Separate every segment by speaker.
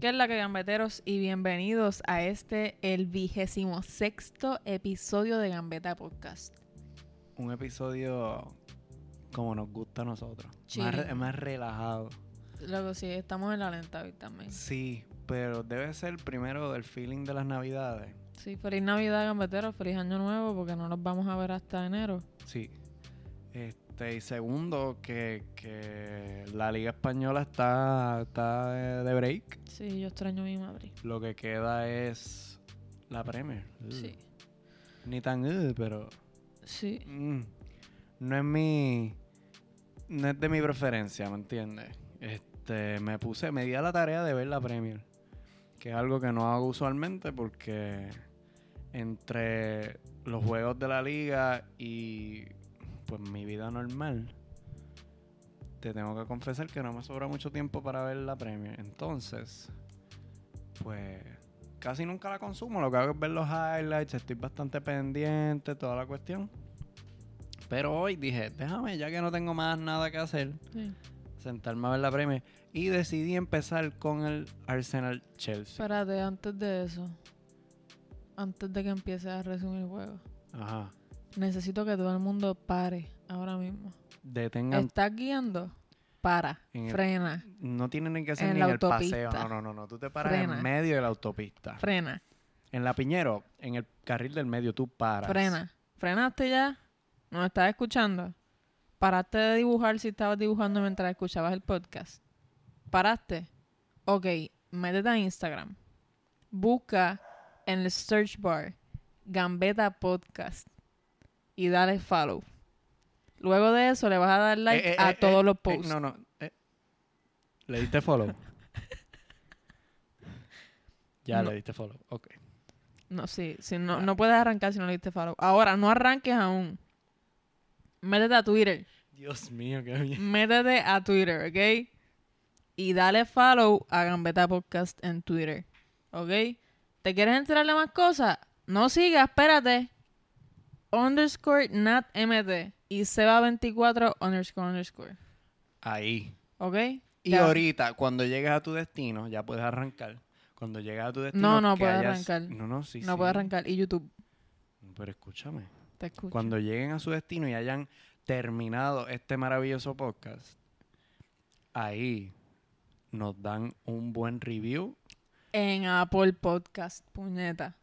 Speaker 1: ¿Qué es la que gambeteros? Y bienvenidos a este, el vigésimo sexto episodio de Gambeta Podcast.
Speaker 2: Un episodio como nos gusta a nosotros.
Speaker 1: Sí.
Speaker 2: Más, re- más relajado.
Speaker 1: Luego sí, estamos en la lenta hoy también.
Speaker 2: Sí, pero debe ser primero del feeling de las navidades.
Speaker 1: Sí, feliz Navidad, gambeteros, feliz Año Nuevo, porque no nos vamos a ver hasta enero.
Speaker 2: Sí. Este, y segundo, que, que la Liga Española está, está de- de break.
Speaker 1: Sí, yo extraño a mi madre.
Speaker 2: Lo que queda es la Premier. Ugh.
Speaker 1: Sí,
Speaker 2: Ni tan ugh, pero.
Speaker 1: sí.
Speaker 2: mm, no es mi. No es de mi preferencia, ¿me entiendes? Este, me puse, me di a la tarea de ver la Premier. Que es algo que no hago usualmente porque entre los juegos de la liga y pues mi vida normal, te tengo que confesar que no me sobra mucho tiempo para ver la Premier. Entonces, pues casi nunca la consumo. Lo que hago es ver los highlights, estoy bastante pendiente, toda la cuestión. Pero hoy dije, déjame, ya que no tengo más nada que hacer,
Speaker 1: sí.
Speaker 2: sentarme a ver la Premier. Y decidí empezar con el Arsenal Chelsea.
Speaker 1: Espérate, antes de eso, antes de que empieces a resumir el juego,
Speaker 2: Ajá.
Speaker 1: necesito que todo el mundo pare ahora mismo.
Speaker 2: Detengan.
Speaker 1: ¿Estás guiando? Para,
Speaker 2: En el-
Speaker 1: frena,
Speaker 2: No tienen ni que hacer
Speaker 1: En
Speaker 2: ni
Speaker 1: la
Speaker 2: en el paseo.
Speaker 1: autopista.
Speaker 2: No, no, no, no. Tú te paras
Speaker 1: Frena.
Speaker 2: en medio de la autopista.
Speaker 1: frena,
Speaker 2: En la Piñero, en el carril del medio, tú paras. Eh,
Speaker 1: frena. ¿Frenaste ya? ¿Nos estás escuchando? ¿Paraste de dibujar si estabas dibujando mientras escuchabas el podcast? ¿Paraste? Ok, métete a Instagram. Busca en el search bar Gambeta Podcast y dale follow. Luego de eso le vas a dar like
Speaker 2: Eh, eh,
Speaker 1: a
Speaker 2: eh,
Speaker 1: todos
Speaker 2: eh,
Speaker 1: los
Speaker 2: eh,
Speaker 1: posts.
Speaker 2: no, no. eh. Le diste follow. ya
Speaker 1: No.
Speaker 2: le diste follow. Ok.
Speaker 1: No, sí, sí,
Speaker 2: Ah.
Speaker 1: no, no puedes arrancar si no le diste follow. Ahora, no arranques aún. Métete a Twitter.
Speaker 2: Dios mío, qué bien.
Speaker 1: Métete a Twitter, ¿ok? Y dale follow a Gambeta Podcast en Twitter, ¿ok? ¿Te quieres enterar de más cosas? No sigas, espérate. Underscore natmt y seba24 underscore underscore,
Speaker 2: Ahí.
Speaker 1: ¿ok?
Speaker 2: Y
Speaker 1: Ya.
Speaker 2: ahorita, cuando llegues a tu destino, ya puedes arrancar. Cuando llegues a tu destino.
Speaker 1: no
Speaker 2: que
Speaker 1: puedes
Speaker 2: hayas-
Speaker 1: arrancar.
Speaker 2: No, no, sí.
Speaker 1: no
Speaker 2: sí.
Speaker 1: puedes arrancar. Y YouTube,
Speaker 2: Pero escúchame.
Speaker 1: te escucho.
Speaker 2: Cuando lleguen a su destino y hayan terminado este maravilloso podcast, ahí nos dan un buen review
Speaker 1: En Apple Podcast, puñeta.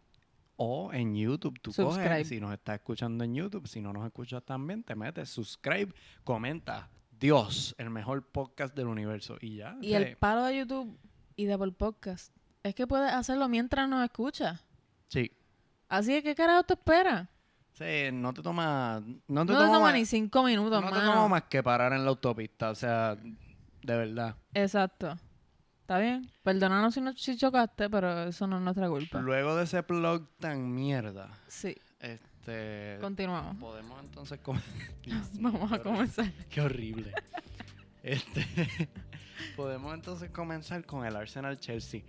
Speaker 2: o en YouTube. Tú
Speaker 1: Subscribe.
Speaker 2: coges, si nos estás escuchando en YouTube, si no nos escuchas también, te metes, subscribe, comenta. Dios, el mejor podcast del universo. Y ya.
Speaker 1: Y
Speaker 2: sí.
Speaker 1: el palo de YouTube y de Apple Podcast es que puedes hacerlo mientras nos escuchas.
Speaker 2: Sí.
Speaker 1: Así que, ¿qué carajo te espera?
Speaker 2: Sí, no te toma. No
Speaker 1: No
Speaker 2: te
Speaker 1: te,
Speaker 2: toma
Speaker 1: toma
Speaker 2: más-
Speaker 1: ni cinco minutos,
Speaker 2: no te
Speaker 1: mano.
Speaker 2: toma más que parar en la autopista. O sea, de verdad.
Speaker 1: Exacto. ¿Está bien? Perdónanos si, no, si chocaste, pero eso no es nuestra culpa.
Speaker 2: Luego de ese plug tan mierda,
Speaker 1: Sí,
Speaker 2: este.
Speaker 1: continuamos.
Speaker 2: Podemos entonces comer. Dios mío,
Speaker 1: Vamos
Speaker 2: qué
Speaker 1: a
Speaker 2: horri-
Speaker 1: comenzar.
Speaker 2: Qué horrible. este, podemos entonces comenzar con el Arsenal Chelsea.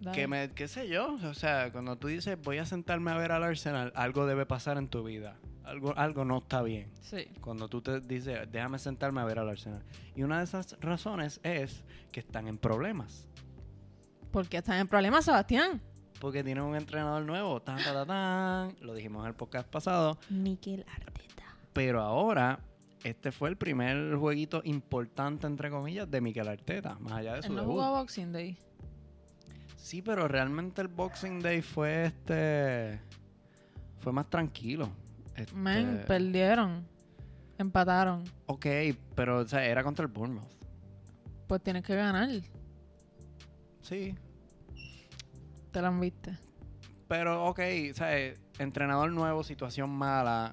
Speaker 1: Dale.
Speaker 2: Que me, qué sé yo, o sea, cuando tú dices voy a sentarme a ver al Arsenal, algo debe pasar en tu vida. Algo, algo no está bien.
Speaker 1: Sí,
Speaker 2: Cuando tú te dices déjame sentarme a ver al Arsenal. Y una de esas razones es que están en problemas.
Speaker 1: porque estás en problemas, Sebastián.
Speaker 2: Porque tienen un entrenador nuevo. Tan, tan, tan, tan. Lo dijimos en el podcast pasado.
Speaker 1: Miquel Arteta.
Speaker 2: Pero ahora, este fue el primer jueguito importante, entre comillas, de Mikel Arteta, más allá de su
Speaker 1: Él no
Speaker 2: debut.
Speaker 1: jugó a Boxing Day.
Speaker 2: Sí, pero realmente el Boxing Day fue este. Fue más tranquilo. Este,
Speaker 1: Men, perdieron. Empataron.
Speaker 2: ok, pero o sea, era contra el Bournemouth.
Speaker 1: Pues tienes que ganar.
Speaker 2: Sí.
Speaker 1: Te la han visto.
Speaker 2: Pero ok, o sea, entrenador nuevo, situación mala.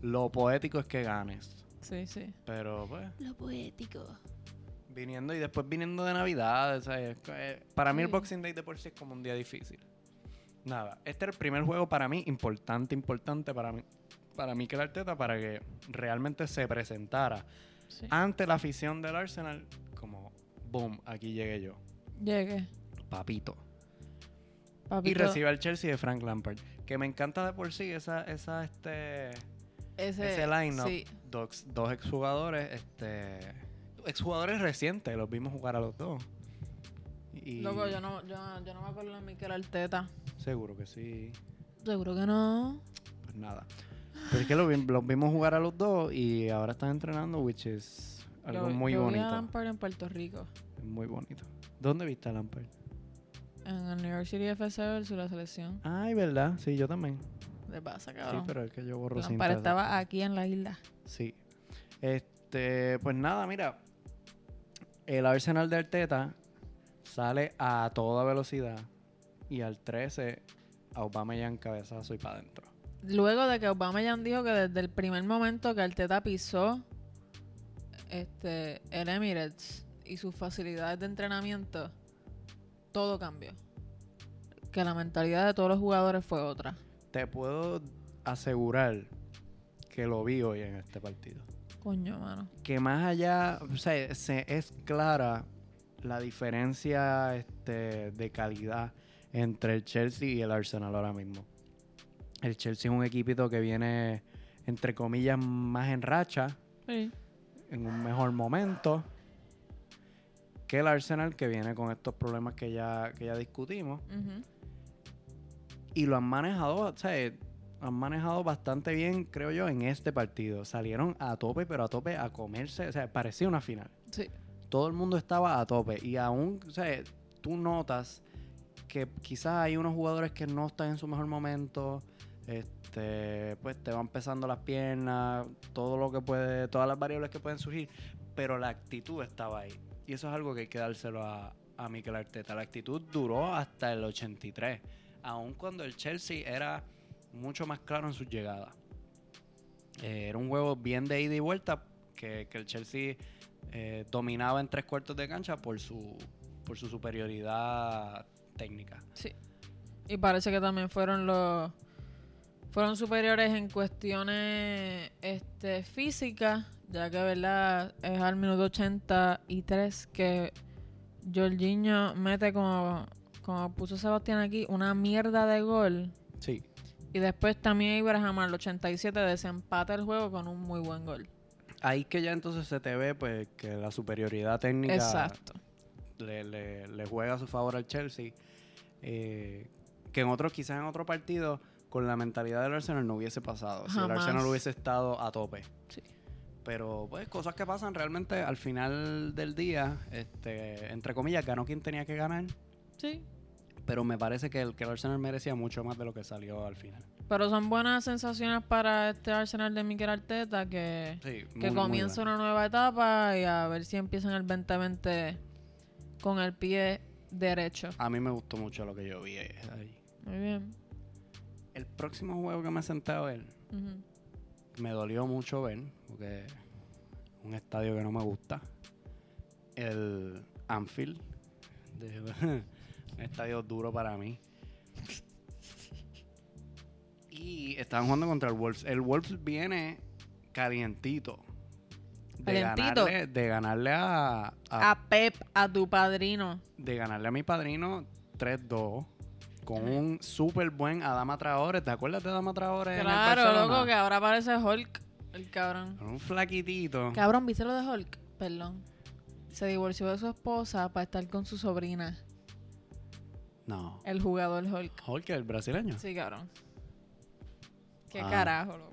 Speaker 2: Lo poético es que ganes.
Speaker 1: Sí, sí.
Speaker 2: Pero pues.
Speaker 1: Lo poético.
Speaker 2: Viniendo y después viniendo de Navidad, o sea, es co- eh, para mí el
Speaker 1: Sí.
Speaker 2: Boxing Day de por sí es como un día difícil. Nada, este es el primer juego para mí, importante, importante para mí, para mí que Arteta, para que realmente se presentara
Speaker 1: Sí.
Speaker 2: ante la afición del Arsenal como, boom, aquí llegué yo,
Speaker 1: Llegué.
Speaker 2: papito.
Speaker 1: Papito,
Speaker 2: Y recibe al Chelsea de Frank Lampard, que me encanta de por sí esa, esa, este,
Speaker 1: ese,
Speaker 2: ese line-up,
Speaker 1: sí.
Speaker 2: dos, dos exjugadores, este, exjugadores recientes, los vimos jugar a los dos. Y
Speaker 1: Loco, yo no, yo, no- yo no me acuerdo de Miquel Arteta.
Speaker 2: Seguro que sí.
Speaker 1: Seguro que no.
Speaker 2: Pues nada. Pero es que lo vi- los vimos jugar a los dos y ahora están entrenando, which is algo
Speaker 1: Yo-
Speaker 2: muy
Speaker 1: yo Vi a
Speaker 2: bonito.
Speaker 1: Lampard en Puerto Rico.
Speaker 2: Es Muy bonito. ¿Dónde viste a Lampard?
Speaker 1: En el New York City FC versus la selección.
Speaker 2: Ay, ¿verdad? Sí, yo también.
Speaker 1: De pasa,
Speaker 2: Sí,
Speaker 1: cabrón.
Speaker 2: pero es que yo borro cinta
Speaker 1: Lampard
Speaker 2: de esa.
Speaker 1: estaba aquí en la isla.
Speaker 2: Sí. Este, pues nada, mira. El Arsenal de Arteta sale a toda velocidad y al 13 a Aubameyang cabezazo y para adentro.
Speaker 1: Luego de que Aubameyang dijo que desde el primer momento que Arteta pisó este, el Emirates y sus facilidades de entrenamiento, todo cambió. Que la mentalidad de todos los jugadores fue otra.
Speaker 2: Te puedo asegurar que lo vi hoy en este partido.
Speaker 1: Coño, mano.
Speaker 2: que más allá, o sea, se, es clara la diferencia este, de calidad entre el Chelsea y el Arsenal ahora mismo. El Chelsea es un equipito que viene, entre comillas, más en racha,
Speaker 1: Sí.
Speaker 2: en un mejor momento, que el Arsenal que viene con estos problemas que ya, que ya discutimos.
Speaker 1: Ujú.
Speaker 2: Y lo han manejado, o sea, han manejado bastante bien, creo yo, en este partido. Salieron a tope, pero a tope a comerse, o sea, parecía una final.
Speaker 1: Sí.
Speaker 2: todo el mundo estaba a tope. Y aún, o sea, tú notas que quizás hay unos jugadores que no están en su mejor momento. Este, pues te van pesando las piernas, todo lo que puede, todas las variables que pueden surgir, pero la actitud estaba ahí. Y eso es algo que hay que dárselo a, a Mikel Arteta. La actitud duró hasta el 83, aun cuando el Chelsea era mucho más claro en sus llegadas. Eh, era un juego bien de ida y vuelta que, que el Chelsea eh, dominaba en tres cuartos de cancha por su, por su superioridad técnica.
Speaker 1: Y parece que también fueron los fueron superiores en cuestiones este, físicas, ya que verdad es al minuto 83 que Jorginho mete como como puso Sebastián aquí una mierda de gol
Speaker 2: Sí.
Speaker 1: y después también Ibrahim al 87 desempata el juego con un muy buen gol.
Speaker 2: Ahí que ya entonces se te ve pues, que la superioridad técnica
Speaker 1: Exacto.
Speaker 2: le, le- le juega a su favor al Chelsea. eh, que en otro, quizás en otro partido, con la mentalidad del Arsenal no hubiese pasado. Si el
Speaker 1: Jamás.
Speaker 2: Arsenal hubiese estado a tope.
Speaker 1: Sí.
Speaker 2: Pero pues cosas que pasan realmente al final del día, este, entre comillas, ganó quien tenía que ganar.
Speaker 1: Sí.
Speaker 2: Pero me parece que el, que el Arsenal merecía mucho más de lo que salió al final.
Speaker 1: Pero son buenas sensaciones para este Arsenal de Mikel Arteta que
Speaker 2: Sí,
Speaker 1: Que comience una nueva etapa y a ver si empiezan el 2020 con el pie derecho.
Speaker 2: A mí me gustó mucho lo que yo vi eh, ahí.
Speaker 1: Muy bien.
Speaker 2: El próximo juego que me senté a ver,
Speaker 1: Ujú.
Speaker 2: me dolió mucho ver, porque es un estadio que no me gusta. El Anfield, de- un estadio duro para mí. Y estaban jugando contra el Wolves. El Wolves viene calientito. De
Speaker 1: Calientito.
Speaker 2: ganarle, de ganarle a- a
Speaker 1: A Pep, a tu padrino.
Speaker 2: de ganarle a mi padrino 3-2 con
Speaker 1: Ajá.
Speaker 2: un súper buen Adama Traore. ¿Te acuerdas de Adama Traore? en el
Speaker 1: Claro,
Speaker 2: Barcelona?
Speaker 1: loco, que ahora parece Hulk, el cabrón.
Speaker 2: Era Un flaquitito.
Speaker 1: Cabrón, ¿viste lo de Hulk? Perdón. Se divorció de su esposa para estar con su sobrina,
Speaker 2: No.
Speaker 1: el jugador Hulk.
Speaker 2: Hulk, el brasileño.
Speaker 1: Sí, cabrón. Qué
Speaker 2: Ah.
Speaker 1: carajo, loco.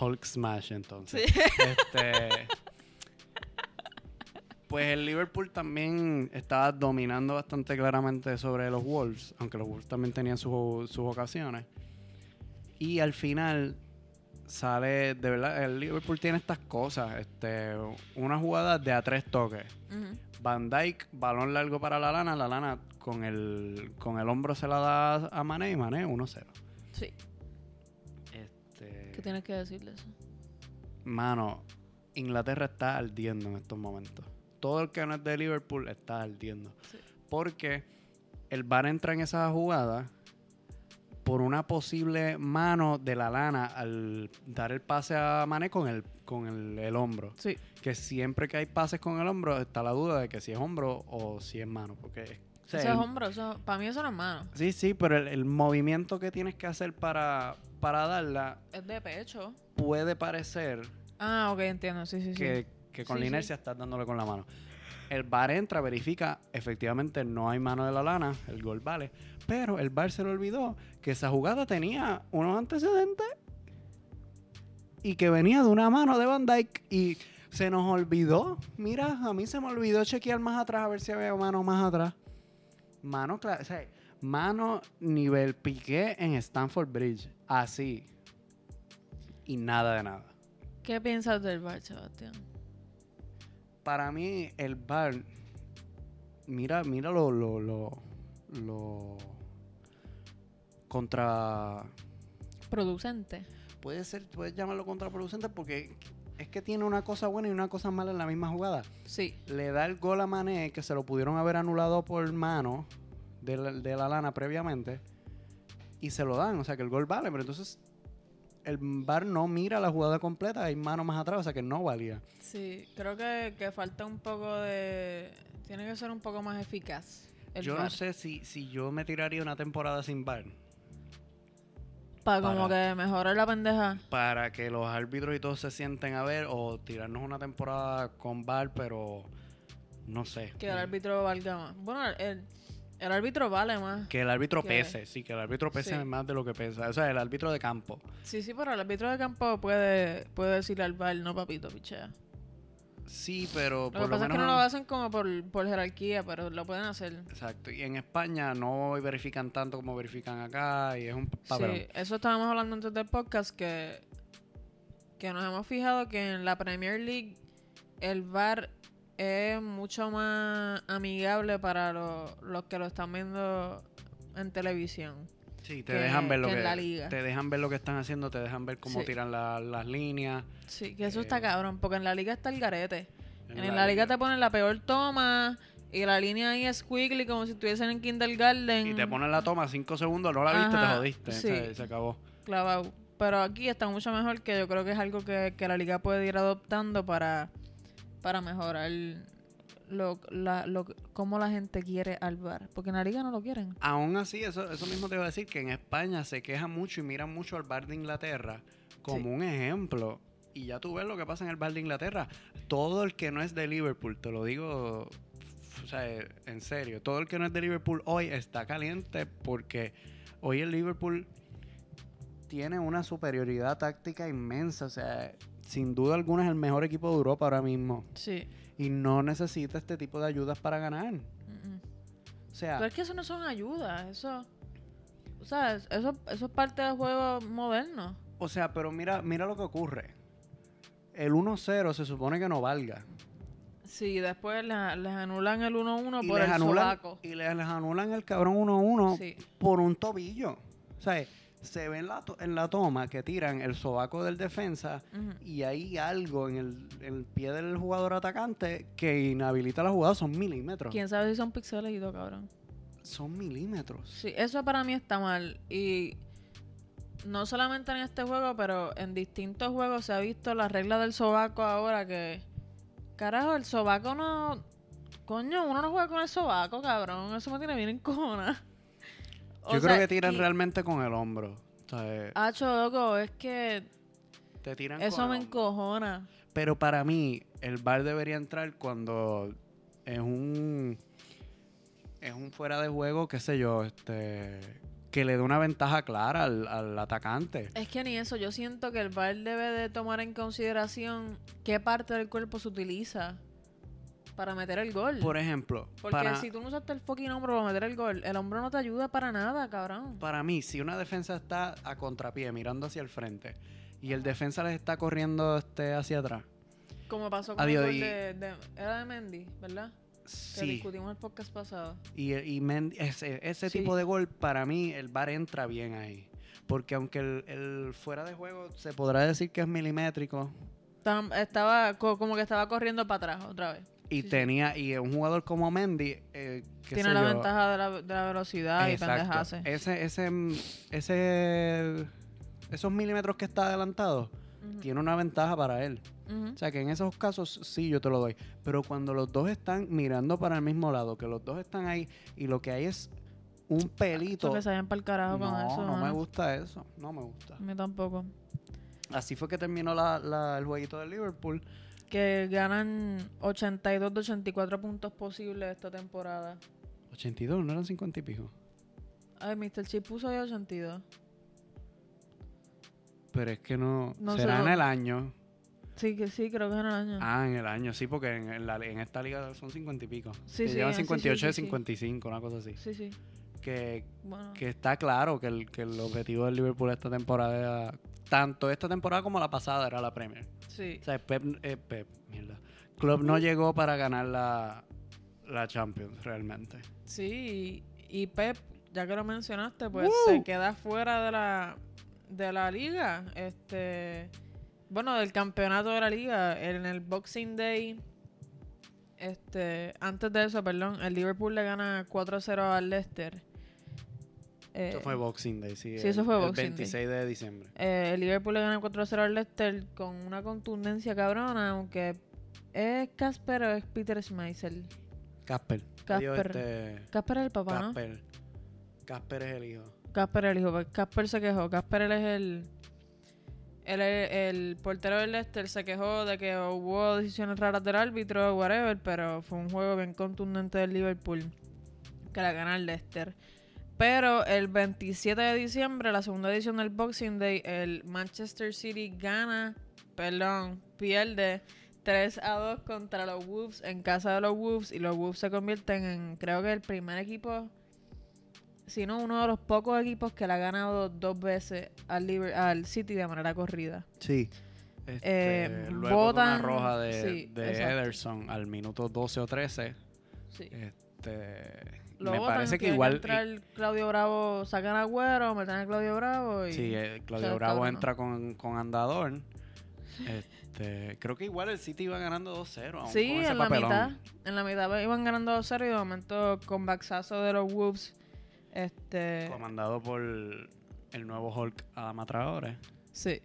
Speaker 2: Hulk Smash, entonces. Este, pues el Liverpool también estaba dominando bastante claramente sobre los Wolves, aunque los Wolves también tenían sus, sus ocasiones. Y al final sale, de verdad, el Liverpool tiene estas cosas. Este, una jugada de a tres toques.
Speaker 1: Ujú.
Speaker 2: Van Dyke, balón largo para la lana. La lana con el, con el hombro se la da a Mané y Mané 1-0.
Speaker 1: Sí.
Speaker 2: Este,
Speaker 1: ¿Qué tienes que decirle eso?
Speaker 2: Mano, Inglaterra está ardiendo en estos momentos. Todo el que no es de Liverpool está ardiendo.
Speaker 1: Sí.
Speaker 2: Porque el VAR entra en esa jugada por una posible mano de la lana al dar el pase a Mané con el, con el, el hombro.
Speaker 1: Sí.
Speaker 2: Que siempre que hay pases con el hombro está la duda de que si es hombro o si es mano. Porque o sea,
Speaker 1: Eso es
Speaker 2: el-
Speaker 1: hombro, eso, para mí eso no es mano.
Speaker 2: Sí, sí, pero el, el movimiento que tienes que hacer para, para darla
Speaker 1: Es de pecho.
Speaker 2: puede parecer
Speaker 1: Ah, ok, entiendo, sí, sí, sí.
Speaker 2: que, que con
Speaker 1: Sí,
Speaker 2: la
Speaker 1: sí.
Speaker 2: inercia estás dándole con la mano. El bar entra, verifica, efectivamente no hay mano de la lana, el gol vale. Pero el bar se le olvidó que esa jugada tenía unos antecedentes y que venía de una mano de Van Dyke y se nos olvidó. Mira, a mí se me olvidó chequear más atrás a ver si había mano más atrás. Mano, cla- o sea, mano nivel piqué en Stanford Bridge. Así. Y nada de nada.
Speaker 1: ¿Qué piensas del bar, Sebastián?
Speaker 2: para mí el bar mira mira lo lo lo, lo contra
Speaker 1: Producente.
Speaker 2: puede ser puedes llamarlo contraproducente porque es que tiene una cosa buena y una cosa mala en la misma jugada
Speaker 1: Sí.
Speaker 2: le da el gol a Mané que se lo pudieron haber anulado por mano de la, de la lana previamente y se lo dan o sea que el gol vale pero entonces el bar no mira la jugada completa hay mano más atrás o sea que no valía
Speaker 1: Sí, creo que, que falta un poco de... Tiene que ser un poco más eficaz. El
Speaker 2: yo no
Speaker 1: VAR.
Speaker 2: sé si, si yo me tiraría una temporada sin bar.
Speaker 1: Para como que mejorar la pendeja.
Speaker 2: Para que los árbitros y todos se sienten a ver o tirarnos una temporada con bar, pero no sé.
Speaker 1: Que el árbitro valga más. Bueno, el, el árbitro vale más.
Speaker 2: Que el árbitro
Speaker 1: que-
Speaker 2: pese, sí, que el árbitro pese
Speaker 1: Sí.
Speaker 2: más de lo que pesa. O sea, el árbitro de campo.
Speaker 1: Sí, sí, pero el árbitro de campo puede, puede decirle al VAR, no papito, pichea.
Speaker 2: Sí,
Speaker 1: Lo
Speaker 2: pero por
Speaker 1: que
Speaker 2: lo,
Speaker 1: pasa es
Speaker 2: menos.
Speaker 1: que no lo hacen como por, por jerarquía, pero lo pueden hacer.
Speaker 2: Exacto. Y en España no verifican tanto como verifican acá y es un papelón.
Speaker 1: Sí, eso estábamos hablando antes del podcast que, que nos hemos fijado que en la Premier League el VAR es mucho más amigable para lo- los que lo están viendo en televisión.
Speaker 2: Sí, te
Speaker 1: que-
Speaker 2: dejan ver lo
Speaker 1: que
Speaker 2: que,
Speaker 1: en la liga.
Speaker 2: te dejan ver lo que están haciendo, te dejan ver cómo
Speaker 1: Sí.
Speaker 2: tiran la- las líneas.
Speaker 1: Sí, que eso
Speaker 2: Eh.
Speaker 1: está cabrón, porque en la liga está el garete. En, la, liga te ponen la peor toma y la línea ahí es quickly como si estuviesen en kindergarten.
Speaker 2: Y te ponen la toma cinco segundos, no la viste,
Speaker 1: Ajá,
Speaker 2: te jodiste.
Speaker 1: sí.
Speaker 2: Se, se acabó.
Speaker 1: clavado. Pero aquí está mucho mejor, que yo creo que es algo que, que la liga puede ir adoptando para, para mejorar lo, la, lo, cómo la gente quiere al bar. Porque en la liga no lo quieren.
Speaker 2: Aún así, eso, eso mismo te iba a decir, que en España se queja mucho y miran mucho al bar de Inglaterra como
Speaker 1: Sí.
Speaker 2: un ejemplo. Y ya tú ves lo que pasa en el bar de Inglaterra. Todo el que no es de Liverpool, te lo digo o sea, en serio, todo el que no es de Liverpool hoy está caliente porque hoy el Liverpool tiene una superioridad táctica inmensa. O sea, sin duda alguna es el mejor equipo de Europa ahora mismo.
Speaker 1: Sí.
Speaker 2: Y no necesita este tipo de ayudas para ganar.
Speaker 1: Mm, mm.
Speaker 2: O sea,
Speaker 1: Pero es que eso no son ayudas, eso... O sea, es- eso, eso es parte del juego moderno.
Speaker 2: O sea, pero mira, mira lo que ocurre. El 1-0 se supone que no valga.
Speaker 1: Sí, después la- les anulan el 1-1
Speaker 2: Y
Speaker 1: por
Speaker 2: les,
Speaker 1: el
Speaker 2: anulan,
Speaker 1: sobaco.
Speaker 2: y les, les anulan el cabrón 1-1
Speaker 1: Sí.
Speaker 2: por un tobillo. O sea, se ve en la, to- en la toma que tiran el sobaco del defensa
Speaker 1: Ujú.
Speaker 2: y hay algo en el, en el pie del jugador atacante que inhabilita la jugada. Son milímetros.
Speaker 1: ¿Quién sabe si son pixeles y todo, cabrón?
Speaker 2: Son milímetros.
Speaker 1: Sí, eso para mí está mal. Y no solamente en este juego, pero en distintos juegos se ha visto la regla del sobaco ahora que. Carajo, el sobaco no. Coño, uno no juega con el sobaco, cabrón. Eso me tiene bien en cona.
Speaker 2: Yo creo que tiran realmente con el hombro. O sea,
Speaker 1: Hacho, loco, es que
Speaker 2: te tiran
Speaker 1: Ah, eso
Speaker 2: con
Speaker 1: me
Speaker 2: el hombro.
Speaker 1: encojona.
Speaker 2: Pero para mí, el bar debería entrar cuando es un. Es un fuera de juego, qué sé yo, este. Que le dé una ventaja clara al, al atacante.
Speaker 1: Es que ni eso, yo siento que el VAR debe de tomar en consideración qué parte del cuerpo se utiliza para meter el gol.
Speaker 2: Por ejemplo,
Speaker 1: Porque
Speaker 2: para,
Speaker 1: si tú no usaste el fucking hombro para meter el gol, el hombro no te ayuda para nada, cabrón.
Speaker 2: para mí, si una defensa está a contrapié, mirando hacia el frente, y el defensa les está corriendo este, hacia atrás.
Speaker 1: Como pasó con
Speaker 2: Adiós,
Speaker 1: el gol
Speaker 2: y-
Speaker 1: de, de- Era de Mendy, ¿verdad? Que
Speaker 2: Sí.
Speaker 1: discutimos el podcast pasado.
Speaker 2: Y, y Mendy- ese, ese
Speaker 1: Sí.
Speaker 2: tipo de gol, para mí, el VAR entra bien ahí. Porque aunque el, el fuera de juego se podrá decir que es milimétrico,
Speaker 1: Tam- estaba co- como que estaba corriendo para atrás otra vez.
Speaker 2: Y
Speaker 1: Sí, sí.
Speaker 2: tenía, y un jugador como Mendy, eh, qué
Speaker 1: Tiene
Speaker 2: sé
Speaker 1: la
Speaker 2: yo,
Speaker 1: ventaja de la, de la velocidad y
Speaker 2: exacto,
Speaker 1: pendejase.
Speaker 2: Ese, ese, mm, ese, esos milímetros que está adelantado,
Speaker 1: Ujú,
Speaker 2: tiene una ventaja para él.
Speaker 1: ujú.
Speaker 2: O sea que en esos casos sí yo te lo doy. Pero cuando los dos están mirando para el mismo lado, que los dos están ahí, y lo que hay es un pelito.
Speaker 1: Eso que se vayan para el carajo
Speaker 2: No,
Speaker 1: con eso.
Speaker 2: no me
Speaker 1: mano.
Speaker 2: gusta eso. No me gusta.
Speaker 1: A mí tampoco.
Speaker 2: Así fue que terminó la- la- el jueguito de Liverpool.
Speaker 1: que ganan 82 de 84 puntos posibles esta temporada.
Speaker 2: 82, no eran 50 y pico.
Speaker 1: Ay, Mr. Chip puso ahí 82.
Speaker 2: Pero es que no.
Speaker 1: No sé
Speaker 2: será en
Speaker 1: dónde.
Speaker 2: el año.
Speaker 1: Sí, que sí, creo que en el año.
Speaker 2: Ah, en el año, sí, porque en, en la- en esta liga son 50 y pico.
Speaker 1: Sí,
Speaker 2: Que
Speaker 1: sí,
Speaker 2: llevan
Speaker 1: eh, sí, sí,
Speaker 2: 58 de
Speaker 1: sí, sí.
Speaker 2: 55, una cosa así.
Speaker 1: Sí, sí.
Speaker 2: Que,
Speaker 1: Bueno,
Speaker 2: que está claro que el, que el objetivo del Liverpool esta temporada, era- tanto esta temporada como la pasada, era la Premier.
Speaker 1: sí.
Speaker 2: O sea, Pep, eh, Pep, mierda. Club no llegó para ganar la, la Champions realmente.
Speaker 1: Sí, y, y Pep, ya que lo mencionaste, pues
Speaker 2: Woo.
Speaker 1: se queda fuera de la, de la liga. Este, bueno, del campeonato de la liga. En el Boxing Day, este, antes de eso, perdón, el Liverpool le gana 4-0 al Leicester. Eh,
Speaker 2: Eso fue Boxing Day, sí.
Speaker 1: sí,
Speaker 2: el-
Speaker 1: eso fue
Speaker 2: el
Speaker 1: Boxing Day.
Speaker 2: 26 de diciembre.
Speaker 1: eh, el Liverpool le gana 4-0 al Leicester con una contundencia cabrona, aunque es Casper o es Peter Schmeichel.
Speaker 2: Casper. Adiós,
Speaker 1: Casper.
Speaker 2: este,
Speaker 1: Casper es el papá, ¿no?
Speaker 2: Casper. Casper es el hijo.
Speaker 1: Casper el hijo, pues Casper se quejó. Casper él es el, él es el portero del Leicester se quejó de que hubo decisiones raras del árbitro, whatever, pero fue un juego bien contundente del Liverpool que la gana el Leicester. Pero el 27 de diciembre, la segunda edición del Boxing Day, el Manchester City gana, perdón, pierde 3 a 2 contra los Wolves en casa de los Wolves y los Wolves se convierten en, creo que el primer equipo sino uno de los pocos equipos que le ha ganado dos veces al, Liber- al City de manera corrida.
Speaker 2: Sí.
Speaker 1: Eh,
Speaker 2: Este, luego de
Speaker 1: botan-
Speaker 2: una roja de,
Speaker 1: sí,
Speaker 2: de
Speaker 1: exacto.
Speaker 2: Ederson al minuto 12 o 13.
Speaker 1: Sí.
Speaker 2: Este,
Speaker 1: Lo
Speaker 2: Eh, me
Speaker 1: botan,
Speaker 2: parece que
Speaker 1: tiene
Speaker 2: igual.
Speaker 1: entrar Claudio Bravo, sacan a Agüero, meten a Claudio Bravo y...
Speaker 2: Sí, eh, Claudio
Speaker 1: Sale
Speaker 2: Bravo
Speaker 1: cabrón.
Speaker 2: entra con, con andador. Este, creo que igual el City iba ganando 2-0. aún
Speaker 1: Sí,
Speaker 2: con ese
Speaker 1: en la
Speaker 2: papelón.
Speaker 1: mitad. En la mitad iban ganando 2-0 y de momento con baxazo de los Wolves. Este,
Speaker 2: Comandado por el nuevo Hulk Adama Traore.
Speaker 1: sí.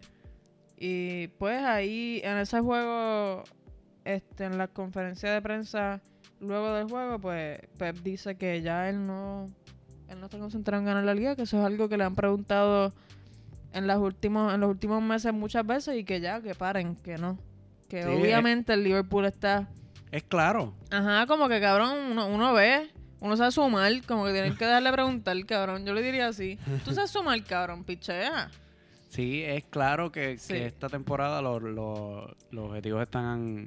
Speaker 1: Y pues ahí en ese juego, este, en la conferencia de prensa luego del juego, pues Pep dice que ya él no, él no está concentrado en ganar la liga, que eso es algo que le han preguntado en, las últimos, en los últimos meses muchas veces y que ya, que paren, que no. Que
Speaker 2: Sí, es-
Speaker 1: obviamente el Liverpool está
Speaker 2: Es claro.
Speaker 1: Ajá, como que cabrón, uno, uno ve, uno sabe sumar, como que tienen que dejarle preguntar, cabrón. Yo le diría así: Tú sabes sumar, cabrón, pichea.
Speaker 2: Sí, es claro que, que
Speaker 1: Sí.
Speaker 2: esta temporada los, los- los objetivos están,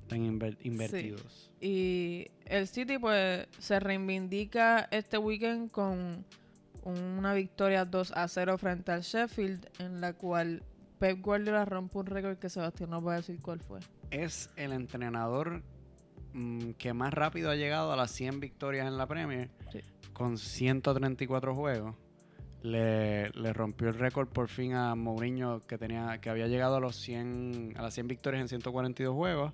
Speaker 2: están inver- invertidos.
Speaker 1: Y el City, pues, se reivindica este weekend con una victoria 2 a 0 frente al Sheffield, en la cual Pep Guardiola rompe un récord que Sebastián no puede decir cuál fue.
Speaker 2: Es el entrenador mm, que más rápido ha llegado a las 100 victorias en la Premier
Speaker 1: Sí.
Speaker 2: con 134 juegos. Le, le rompió el récord por fin a Mourinho que tenía que había llegado a los 100 a las 100 victorias en 142 juegos.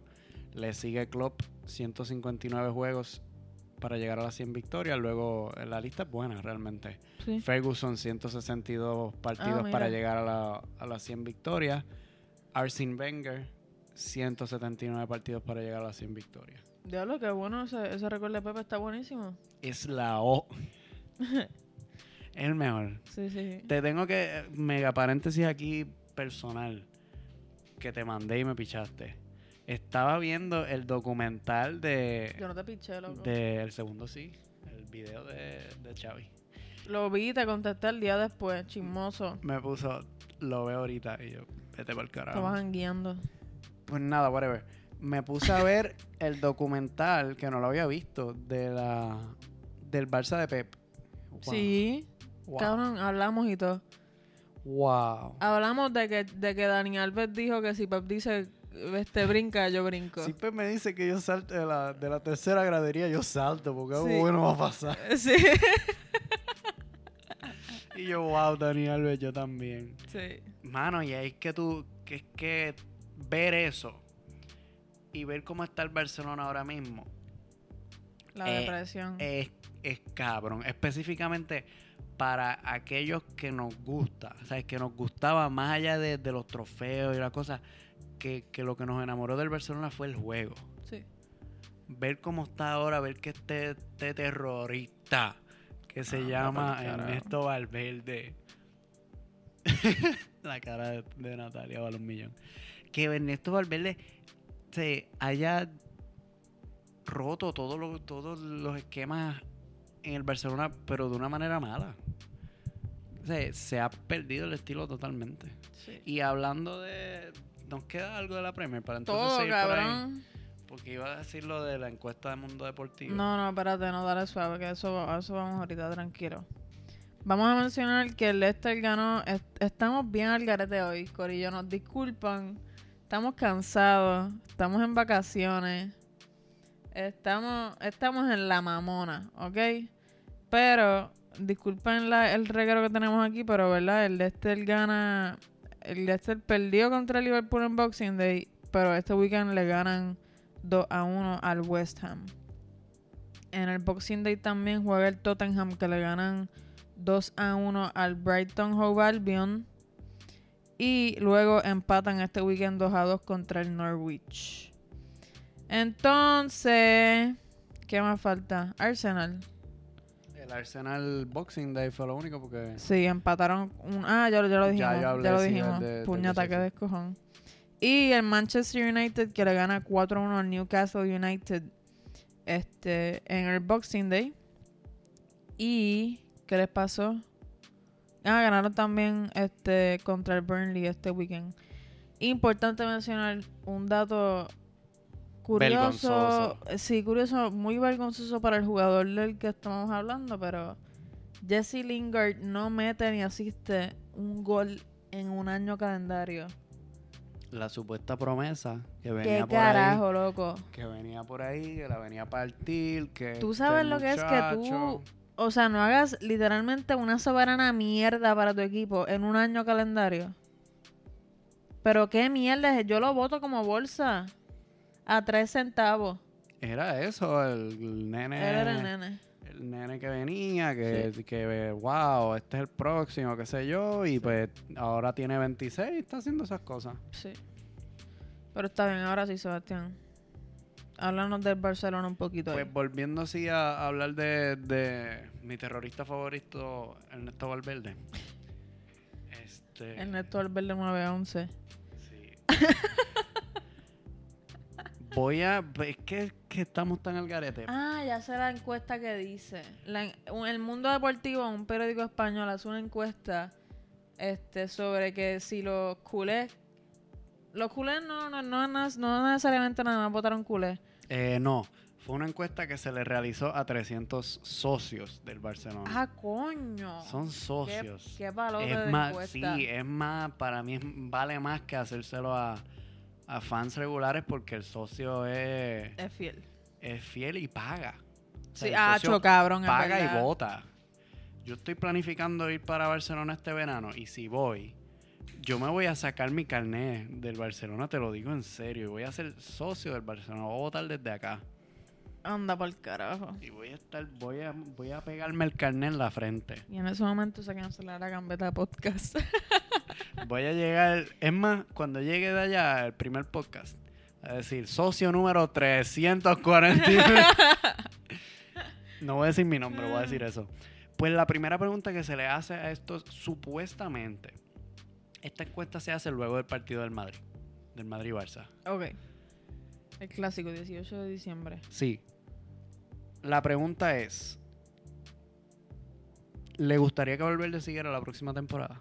Speaker 2: Le sigue Klopp 159 juegos para llegar a las 100 victorias. Luego eh, la lista es buena realmente.
Speaker 1: Sí.
Speaker 2: Ferguson 162
Speaker 1: Ah,
Speaker 2: partidos
Speaker 1: mira.
Speaker 2: para llegar a, la- a las 100 victorias. Arsene Wenger 179 partidos para llegar a las 100 victorias.
Speaker 1: Diablo, que bueno, ese, ese récord de Pep está buenísimo.
Speaker 2: Es la O. el mejor.
Speaker 1: Sí, sí. sí.
Speaker 2: Te tengo que mega paréntesis aquí personal que te mandé y me pichaste. Estaba viendo el documental de
Speaker 1: Yo no te piché, loco.
Speaker 2: de el segundo sí, el video de, de Xavi.
Speaker 1: Lo vi, te contesté el día después, chismoso.
Speaker 2: Me puso lo veo ahorita y yo vete para el carajo.
Speaker 1: Estaban guiando.
Speaker 2: Pues nada, whatever. Me puse a ver el documental que no lo había visto de la del Barça de Pep. Wow.
Speaker 1: Sí,
Speaker 2: Wow.
Speaker 1: cabrón, hablamos y todo.
Speaker 2: Wow.
Speaker 1: Hablamos de que, de que Dani Alves dijo que si Pep dice este brinca, yo brinco.
Speaker 2: Si Pep me dice que yo salto de la, de la tercera gradería, yo salto porque algo
Speaker 1: Sí.
Speaker 2: bueno va a pasar.
Speaker 1: Sí.
Speaker 2: Y yo, wow, Dani Alves, yo también.
Speaker 1: sí.
Speaker 2: Mano, y ahí es que tú, que es que ver eso y ver cómo está el Barcelona ahora mismo
Speaker 1: La
Speaker 2: Eh,
Speaker 1: depresión.
Speaker 2: es, es cabrón. Específicamente para aquellos que nos gusta, o sea, que nos gustaba más allá de, de los trofeos y las cosas, que, que lo que nos enamoró del Barcelona fue el juego.
Speaker 1: sí.
Speaker 2: Ver cómo está ahora, ver que este, este terrorista que se
Speaker 1: Ah,
Speaker 2: llama
Speaker 1: pa'l carajo.
Speaker 2: Ernesto Valverde. La cara de, de Natalia Balonmillón. Que Ernesto Valverde este, haya roto todo lo- todos los esquemas en el Barcelona, pero de una manera mala. O sea, se ha perdido el estilo totalmente. Y hablando de... Nos queda algo de la Premier para entonces
Speaker 1: Todo,
Speaker 2: seguir por ahí.
Speaker 1: cabrón.
Speaker 2: Porque iba a decir lo de la encuesta de Mundo Deportivo.
Speaker 1: No, no, espérate, no dale suave, que eso, a eso vamos ahorita tranquilo. Vamos a mencionar que el Leicester ganó. est- estamos bien al garete hoy, Corillo. Nos disculpan. Estamos cansados. Estamos en vacaciones. Estamos, estamos en la mamona, ¿ok? Pero, disculpen la- el reguero que tenemos aquí, pero, ¿verdad? El Leicester gana. El Leicester perdió contra el Liverpool en Boxing Day, pero este weekend le ganan 2 a 1 al West Ham. En el Boxing Day también juega el Tottenham que le ganan 2 a 1 al Brighton Hove Albion. Y luego empatan este weekend 2 a 2 contra el Norwich. Entonces, ¿qué más falta? Arsenal.
Speaker 2: El Arsenal Boxing Day fue lo único porque...
Speaker 1: Sí, empataron. un- ah, ya, lo- ya lo
Speaker 2: Ya,
Speaker 1: dijimos. Ya,
Speaker 2: ya hablé,
Speaker 1: lo
Speaker 2: sí,
Speaker 1: dijimos.
Speaker 2: de- de
Speaker 1: Puñata,
Speaker 2: Manchester.
Speaker 1: que descojón. Y el Manchester United que le gana 4-1 al Newcastle United este, en el Boxing Day. ¿Y qué les pasó? Ah, ganaron también este, contra el Burnley este weekend. Importante mencionar un dato curioso.
Speaker 2: Vergonzoso.
Speaker 1: Sí, curioso, muy vergonzoso para el jugador del que estamos hablando, pero Jesse Lingard no mete ni asiste un gol en un año calendario.
Speaker 2: La supuesta promesa que venía
Speaker 1: ¿Qué
Speaker 2: por
Speaker 1: carajo, loco?
Speaker 2: ahí. Que venía por ahí, que la venía a partir, que...
Speaker 1: Tú
Speaker 2: este,
Speaker 1: sabes
Speaker 2: el
Speaker 1: lo que es que tú-
Speaker 2: muchacho.
Speaker 1: O sea, no hagas literalmente una soberana mierda para tu equipo en un año calendario. Pero qué mierda, yo lo voto como bolsa a tres centavos.
Speaker 2: Era eso, el
Speaker 1: Él
Speaker 2: nene...
Speaker 1: era el nene.
Speaker 2: el nene que venía, que, que, wow, este es el próximo, qué sé yo, y pues ahora tiene 26 y está haciendo esas cosas.
Speaker 1: Sí. Pero está bien, ahora sí, Sebastián. Háblanos del Barcelona un poquito. ahí.
Speaker 2: Pues volviendo así a, a hablar de, de mi terrorista favorito, Ernesto Valverde. Este,
Speaker 1: Ernesto Valverde 911.
Speaker 2: Sí. Voy a... pues, Es que, que estamos tan al garete.
Speaker 1: Ah, ya sé la encuesta que dice. La en- un- el Mundo Deportivo, un periódico español, hace una encuesta este, sobre que si los culés. Los culés no, no, no, no, no necesariamente nada más votaron culés.
Speaker 2: Eh, no, fue una encuesta que se le realizó a 300 socios del Barcelona.
Speaker 1: Ah, coño.
Speaker 2: Son
Speaker 1: Qué-
Speaker 2: socios.
Speaker 1: Qué, palote
Speaker 2: es
Speaker 1: de
Speaker 2: más, sí,
Speaker 1: encuesta.
Speaker 2: es más, para mí es- vale más que hacérselo a, a fans regulares porque el socio es,
Speaker 1: Es fiel.
Speaker 2: es fiel y paga. O eh, sea,
Speaker 1: Sí,
Speaker 2: el
Speaker 1: ah,
Speaker 2: socio
Speaker 1: cabrón. es
Speaker 2: Paga
Speaker 1: verdad.
Speaker 2: y vota. Yo estoy planificando ir para Barcelona este verano y si voy, yo me voy a sacar mi carnet del Barcelona, te lo digo en serio, y voy a ser socio del Barcelona, voy a votar desde acá.
Speaker 1: Anda por carajo.
Speaker 2: Y voy a estar, voy a, voy a pegarme el carnet en la frente.
Speaker 1: Y en ese momento se cancela la gambeta de podcast.
Speaker 2: Voy a llegar, es más, cuando llegue de allá al primer podcast, a decir, socio número 349. no voy a decir mi nombre, voy a decir eso. Pues la primera pregunta que se le hace a estos, supuestamente, esta encuesta se hace luego del partido del Madrid, del Madrid-Barça.
Speaker 1: ok. El clásico, 18 de diciembre.
Speaker 2: Sí. La pregunta es, ¿le gustaría que Valverde siguiera la próxima temporada?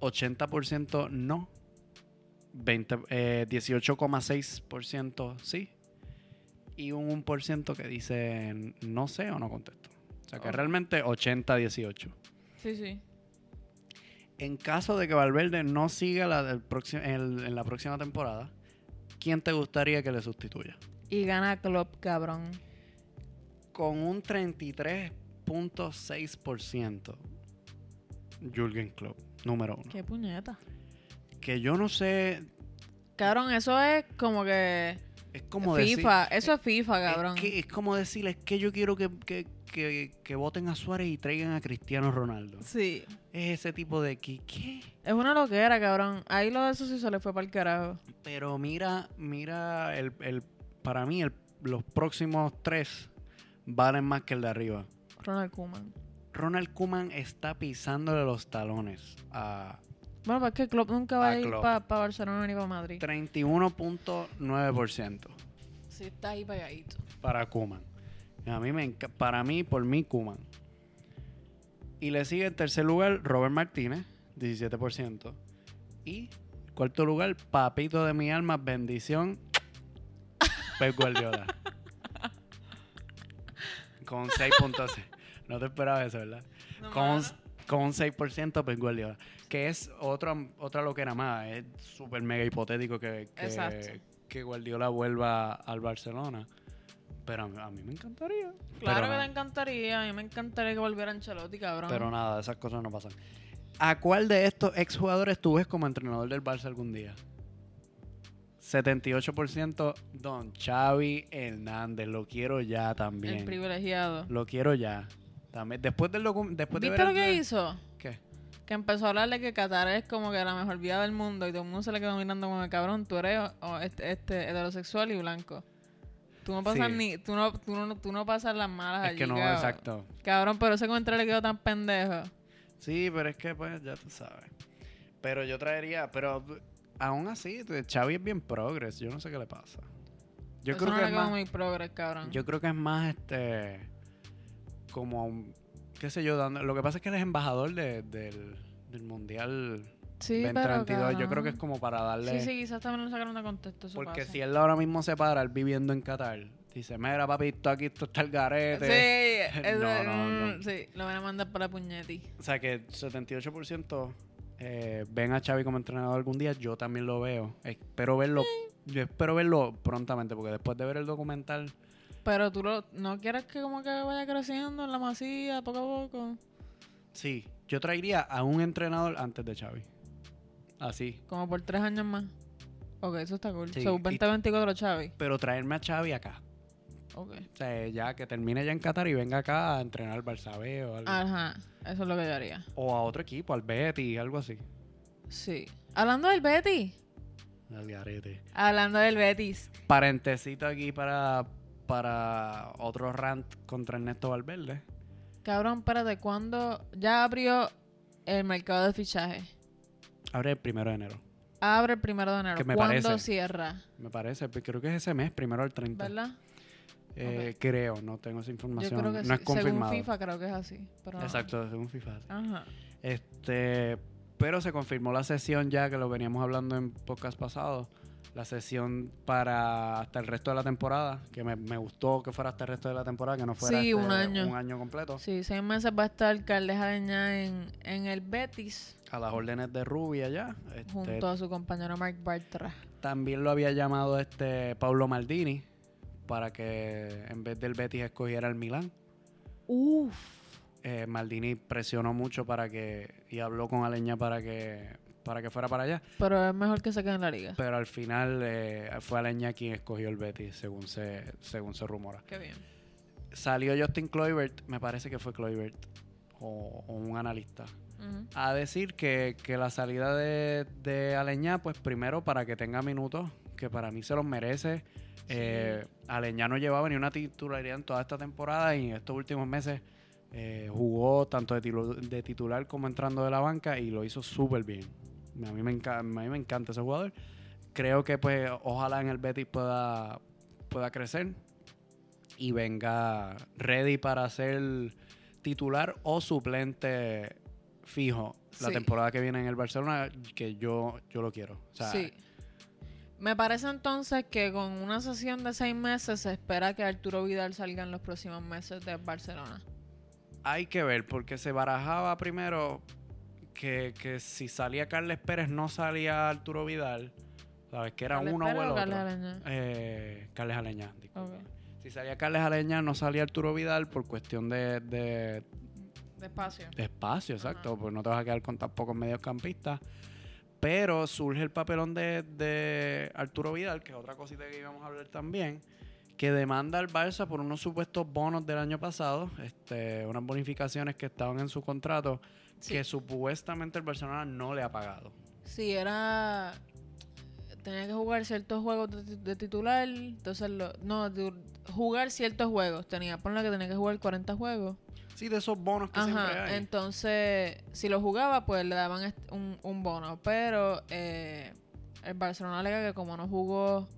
Speaker 2: 80% no. 20, eh, 18,6% sí. Y un 1% que dice no sé o no contesto. O sea que
Speaker 1: Ok.
Speaker 2: realmente 80-18.
Speaker 1: Sí, sí.
Speaker 2: En caso de que Valverde no siga la del próximo- el- en la próxima temporada, ¿quién te gustaría que le sustituya?
Speaker 1: Y gana Klopp, cabrón.
Speaker 2: con un 33.6%. Jürgen Klopp, número uno.
Speaker 1: Qué puñeta.
Speaker 2: Que yo no sé,
Speaker 1: Cabrón, eso es como que.
Speaker 2: es como decir...
Speaker 1: FIFA. Eso es FIFA, cabrón.
Speaker 2: Es, que- es como decirles que yo quiero que, que- que- que voten a Suárez y traigan a Cristiano Ronaldo.
Speaker 1: Sí.
Speaker 2: Es ese tipo de que, ¿qué?
Speaker 1: Es una loquera, cabrón. Ahí lo de eso sí se le fue para el carajo.
Speaker 2: Pero mira, mira, el, el- para mí el- los próximos tres valen más que el de arriba.
Speaker 1: Ronald Koeman.
Speaker 2: Ronald Kuman está pisándole los talones a,
Speaker 1: Bueno, pues es que Klopp nunca va
Speaker 2: Ah,
Speaker 1: a ir
Speaker 2: Klopp.
Speaker 1: para Barcelona ni para Madrid.
Speaker 2: 31.9%
Speaker 1: Sí, está ahí pegadito.
Speaker 2: para Kuman. A mí me enca- para mí, por mí, Kuman. Y le sigue en tercer lugar Robert Martínez, 17%. Y cuarto lugar, papito de mi alma, bendición, Pep Guardiola. Con 6.6. No te esperaba eso, ¿verdad?
Speaker 1: No,
Speaker 2: con,
Speaker 1: mano.
Speaker 2: con un 6% Pep Guardiola. Que es otra, otra loquera más. Es súper mega hipotético que, que,
Speaker 1: Exacto.
Speaker 2: que Guardiola vuelva al Barcelona. Pero a mí, a mí me encantaría.
Speaker 1: Claro
Speaker 2: pero,
Speaker 1: que te encantaría. A mí me encantaría que volviera Ancelotti, cabrón.
Speaker 2: pero nada, esas cosas no pasan. ¿A cuál de estos exjugadores tú ves como entrenador del Barça algún día? 78% Don Xavi Hernández. Lo quiero ya
Speaker 1: El
Speaker 2: también.
Speaker 1: privilegiado.
Speaker 2: Lo quiero ya. También, después del docu- después de
Speaker 1: ¿Viste
Speaker 2: ver
Speaker 1: lo
Speaker 2: el-
Speaker 1: que hizo?
Speaker 2: ¿Qué?
Speaker 1: Que empezó a hablarle que Qatar es como que la mejor vida del mundo y todo el mundo se le quedó mirando como cabrón, tú eres oh, este, este, heterosexual y blanco. Tú no pasas
Speaker 2: Sí.
Speaker 1: ni, tú no, tú no, tú no pasas las malas
Speaker 2: Es
Speaker 1: allí,
Speaker 2: que no,
Speaker 1: cabrón.
Speaker 2: exacto.
Speaker 1: Cabrón, pero ese comentario le quedó tan pendejo.
Speaker 2: Sí, pero es que pues ya tú sabes. Pero yo traería, pero aún así, t- Xavi es bien progres, yo no sé qué le pasa. Yo
Speaker 1: Eso
Speaker 2: creo
Speaker 1: no
Speaker 2: que
Speaker 1: le
Speaker 2: es
Speaker 1: quedó
Speaker 2: más,
Speaker 1: muy progres, cabrón.
Speaker 2: yo creo que es más este como un- qué sé yo, dando, lo que pasa es que él es embajador de- del, del Mundial
Speaker 1: sí, pero
Speaker 2: 2032, yo creo que es
Speaker 1: cabrón.
Speaker 2: como para darle
Speaker 1: Sí, sí, quizás también lo sacaron de contexto eso
Speaker 2: porque
Speaker 1: pasa.
Speaker 2: si él ahora mismo se para él viviendo en Qatar, dice, "Mira, papi, esto aquí esto está el garete."
Speaker 1: Sí, eso,
Speaker 2: No, no, no.
Speaker 1: mm, sí, lo van a mandar para la puñeti.
Speaker 2: O sea que 78% eh, ven a Xavi como entrenador algún día. Yo también lo veo. Espero verlo. Yo espero verlo prontamente, porque después de ver el documental,
Speaker 1: Pero tú lo, no quieres que como que vaya creciendo en la masía poco a poco.
Speaker 2: sí, yo traería a un entrenador antes de Xavi. Así.
Speaker 1: Como por tres años más. Ok, eso está cool.
Speaker 2: Sí,
Speaker 1: so,
Speaker 2: y-
Speaker 1: 2024 Xavi.
Speaker 2: Pero traerme a Xavi acá.
Speaker 1: Ok.
Speaker 2: O sea, ya que termine ya en Qatar y venga acá a entrenar al Barsabeo o algo.
Speaker 1: Ajá, eso es lo que yo haría.
Speaker 2: O a otro equipo, al Betty, algo así.
Speaker 1: Sí. Hablando del Betis.
Speaker 2: Al garete.
Speaker 1: Hablando del Betis.
Speaker 2: Parentecito aquí para, para otro rant contra Ernesto Valverde.
Speaker 1: Cabrón, espérate, ¿cuándo ya abrió el mercado de fichaje?
Speaker 2: Abre el primero de enero.
Speaker 1: Abre el primero de enero.
Speaker 2: Que me
Speaker 1: ¿Cuándo
Speaker 2: parece.
Speaker 1: cierra?
Speaker 2: Me parece, pe- creo que es ese mes, primero al 30.
Speaker 1: ¿Verdad?
Speaker 2: Eh, Creo, no tengo esa
Speaker 1: Yo
Speaker 2: información.
Speaker 1: creo que
Speaker 2: no
Speaker 1: sí.
Speaker 2: es confirmado.
Speaker 1: Según FIFA creo que es así. Pero...
Speaker 2: Exacto, según FIFA.
Speaker 1: Ajá.
Speaker 2: Este, pero se confirmó la sesión ya que lo veníamos hablando en podcast pasado. La sesión para hasta el resto de la temporada, que me, me gustó que fuera hasta el resto de la temporada, que no fuera
Speaker 1: Sí,
Speaker 2: este,
Speaker 1: un año.
Speaker 2: un año completo.
Speaker 1: Sí, seis meses va a estar Carles Areña en, en el Betis
Speaker 2: A las órdenes de Rubia ya. Este,
Speaker 1: junto a su compañero Mark Bartra.
Speaker 2: También lo había llamado este Pablo Maldini para que en vez del Betis escogiera el Milán.
Speaker 1: Uf.
Speaker 2: eh, Maldini presionó mucho para que y habló con Aleña para que para que fuera para allá,
Speaker 1: Pero es mejor que se quede en la liga.
Speaker 2: pero al final eh, fue Aleña quien escogió el Betis según se según se rumora.
Speaker 1: Qué bien.
Speaker 2: Salió Justin Kluivert, me parece que fue Kluivert o, o un analista a decir que, que la salida de, de Aleñá, pues primero para que tenga minutos, que para mí se los merece. Eh, Aleñá no llevaba ni una titularidad en toda esta temporada y en estos últimos meses eh, jugó tanto de, tilo- de titular como entrando de la banca y lo hizo súper bien. A mí, me enca- a mí me encanta ese jugador. Creo que pues ojalá en el Betis pueda, pueda crecer y venga ready para ser titular o suplente fijo la
Speaker 1: Sí.
Speaker 2: temporada que viene en el Barcelona, que yo, yo lo quiero. O sea,
Speaker 1: sí. Me parece entonces que con una sesión de seis meses se espera que Arturo Vidal salga en los próximos meses de Barcelona.
Speaker 2: Hay que ver, porque se barajaba primero que, que si salía Carles Pérez no salía Arturo Vidal, ¿sabes? Que era
Speaker 1: ¿Carles
Speaker 2: uno
Speaker 1: Pérez
Speaker 2: o el otro.
Speaker 1: Carles Areña?
Speaker 2: Eh, Carles Aleñá, disculpa.
Speaker 1: Ok.
Speaker 2: Si salía Carles Aleñá no salía Arturo Vidal por cuestión de, de-
Speaker 1: Despacio.
Speaker 2: de espacio,
Speaker 1: Ajá.
Speaker 2: exacto, pues no te vas a quedar con tan pocos mediocampistas. Pero surge el papelón de, de Arturo Vidal, que es otra cosita que íbamos a hablar también, que demanda al Barça por unos supuestos bonos del año pasado, este, unas bonificaciones que estaban en su contrato,
Speaker 1: Sí.
Speaker 2: que supuestamente el Barcelona no le ha pagado.
Speaker 1: Sí, era. Tenía que jugar ciertos juegos de, ti- de titular. Entonces, lo- no, de- jugar ciertos juegos. Tenía, ponle que tenía que jugar 40 juegos.
Speaker 2: Sí, de esos bonos que siempre
Speaker 1: Ajá,
Speaker 2: hay.
Speaker 1: entonces si lo jugaba pues le daban est- un, un bono, pero eh, el Barcelona alega que como no jugó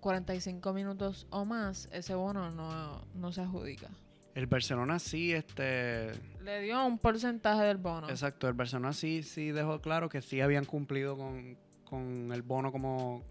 Speaker 1: 45 minutos o más, ese bono no, no se adjudica.
Speaker 2: El Barcelona sí, este...
Speaker 1: Le dio un porcentaje del bono.
Speaker 2: Exacto, el Barcelona sí, sí dejó claro que sí habían cumplido con, con el bono como...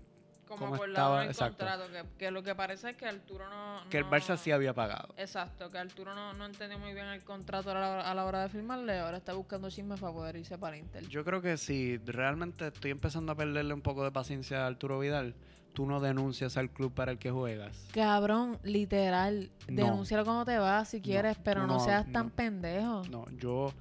Speaker 1: Como
Speaker 2: como
Speaker 1: acordado en el
Speaker 2: estaba- exacto.
Speaker 1: contrato, que, que lo que parece es que Arturo no...
Speaker 2: Que el
Speaker 1: no-
Speaker 2: Barça sí había pagado.
Speaker 1: Exacto, que Arturo no, no entendió muy bien el contrato a la, hora- a la hora de firmarle, ahora está buscando chismes para poder irse para Inter.
Speaker 2: Yo creo que si realmente estoy empezando a perderle un poco de paciencia a Arturo Vidal, tú no denuncias al club para el que juegas.
Speaker 1: Cabrón, literal,
Speaker 2: No.
Speaker 1: denúncialo cuando te vas si quieres, pero no,
Speaker 2: no,
Speaker 1: seas tan
Speaker 2: no.
Speaker 1: pendejo.
Speaker 2: No, yo...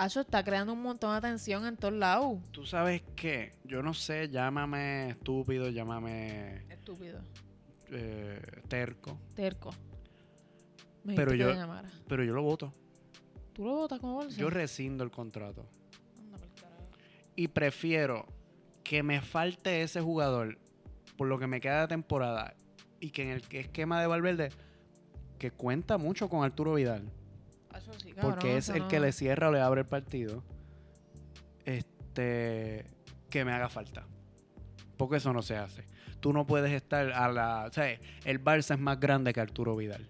Speaker 1: Acho está creando un montón de tensión en todos lados.
Speaker 2: Tú sabes qué, yo no sé, llámame estúpido, llámame
Speaker 1: Estúpido,
Speaker 2: eh, terco,
Speaker 1: terco. Me dijiste
Speaker 2: Pero
Speaker 1: que
Speaker 2: yo-
Speaker 1: te llamara.
Speaker 2: pero yo lo voto.
Speaker 1: ¿Tú lo votas como bolsa?
Speaker 2: Yo rescindo el contrato.
Speaker 1: Anda pa'l carajo.
Speaker 2: Y prefiero que me falte ese jugador por lo que me queda de temporada y que en el que- esquema de Valverde, que cuenta mucho con Arturo Vidal,
Speaker 1: Acho, sí, cabrón,
Speaker 2: porque es
Speaker 1: eso
Speaker 2: el
Speaker 1: no-
Speaker 2: que le cierra o le abre el partido, este, que me haga falta. Porque eso no se hace. Tú no puedes estar a la... O sea, el Barça es más grande que Arturo Vidal.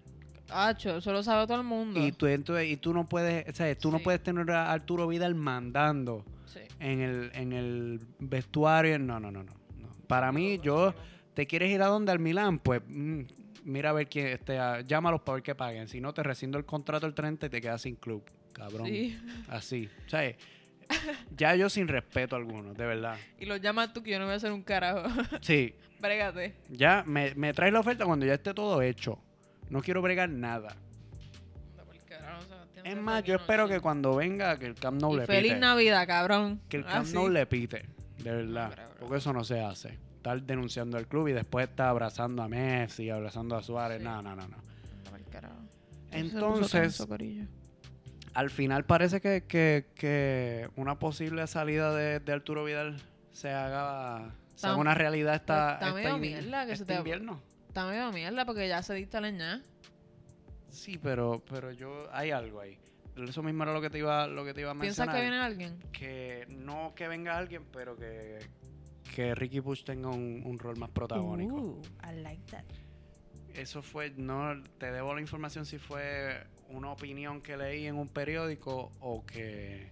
Speaker 1: Acho, eso lo sabe todo el mundo.
Speaker 2: Y tú, entonces- y tú no puedes, o sea, tú no
Speaker 1: Sí.
Speaker 2: puedes tener a Arturo Vidal mandando
Speaker 1: Sí.
Speaker 2: en el, en el vestuario. No, no, no, no. no. Para mí, yo, ¿te quieres ir a dónde? Al Milán, pues mm, mira a ver quién, este, a- llámalos para ver que paguen. Si no, te rescindo el contrato el 30 y te quedas sin club, cabrón.
Speaker 1: Sí.
Speaker 2: Así. O sea, ya yo sin respeto alguno, de verdad.
Speaker 1: Y lo llamas tú que yo no voy a hacer un carajo.
Speaker 2: Sí,
Speaker 1: Brégate.
Speaker 2: ya me, me traes la oferta cuando ya esté todo hecho. No quiero bregar nada.
Speaker 1: Anda pa'l carajo, Sebastián,
Speaker 2: Es
Speaker 1: de
Speaker 2: más,
Speaker 1: aquí
Speaker 2: yo
Speaker 1: no,
Speaker 2: espero
Speaker 1: sí.
Speaker 2: que cuando venga que el Camp Nou
Speaker 1: Y
Speaker 2: le
Speaker 1: Feliz
Speaker 2: pite.
Speaker 1: Navidad, cabrón.
Speaker 2: Que el
Speaker 1: Ah,
Speaker 2: Camp Nou
Speaker 1: sí.
Speaker 2: le pite, de verdad.
Speaker 1: bra, bra.
Speaker 2: Porque eso no se hace. Estar denunciando al club y después estar abrazando a Messi, abrazando a Suárez.
Speaker 1: Sí.
Speaker 2: No, no, no, no.
Speaker 1: Anda pa'l carajo.
Speaker 2: Entonces, al final parece que, que- que una posible salida de, de Arturo Vidal se haga, se haga
Speaker 1: Está-
Speaker 2: una realidad esta,
Speaker 1: está
Speaker 2: esta
Speaker 1: medio
Speaker 2: in-
Speaker 1: mierda que se
Speaker 2: este
Speaker 1: te-
Speaker 2: invierno.
Speaker 1: Está medio mierda porque ya se diste leña.
Speaker 2: Sí, pero, pero yo hay algo ahí. Eso mismo era lo que te iba, lo que te iba a
Speaker 1: ¿Piensas
Speaker 2: mencionar.
Speaker 1: que viene alguien?
Speaker 2: que no que venga alguien, pero que, que Ricky Push tenga un, un rol más protagónico.
Speaker 1: Uh, I like that.
Speaker 2: Eso fue, no te debo la información si fue una opinión que leí en un periódico o que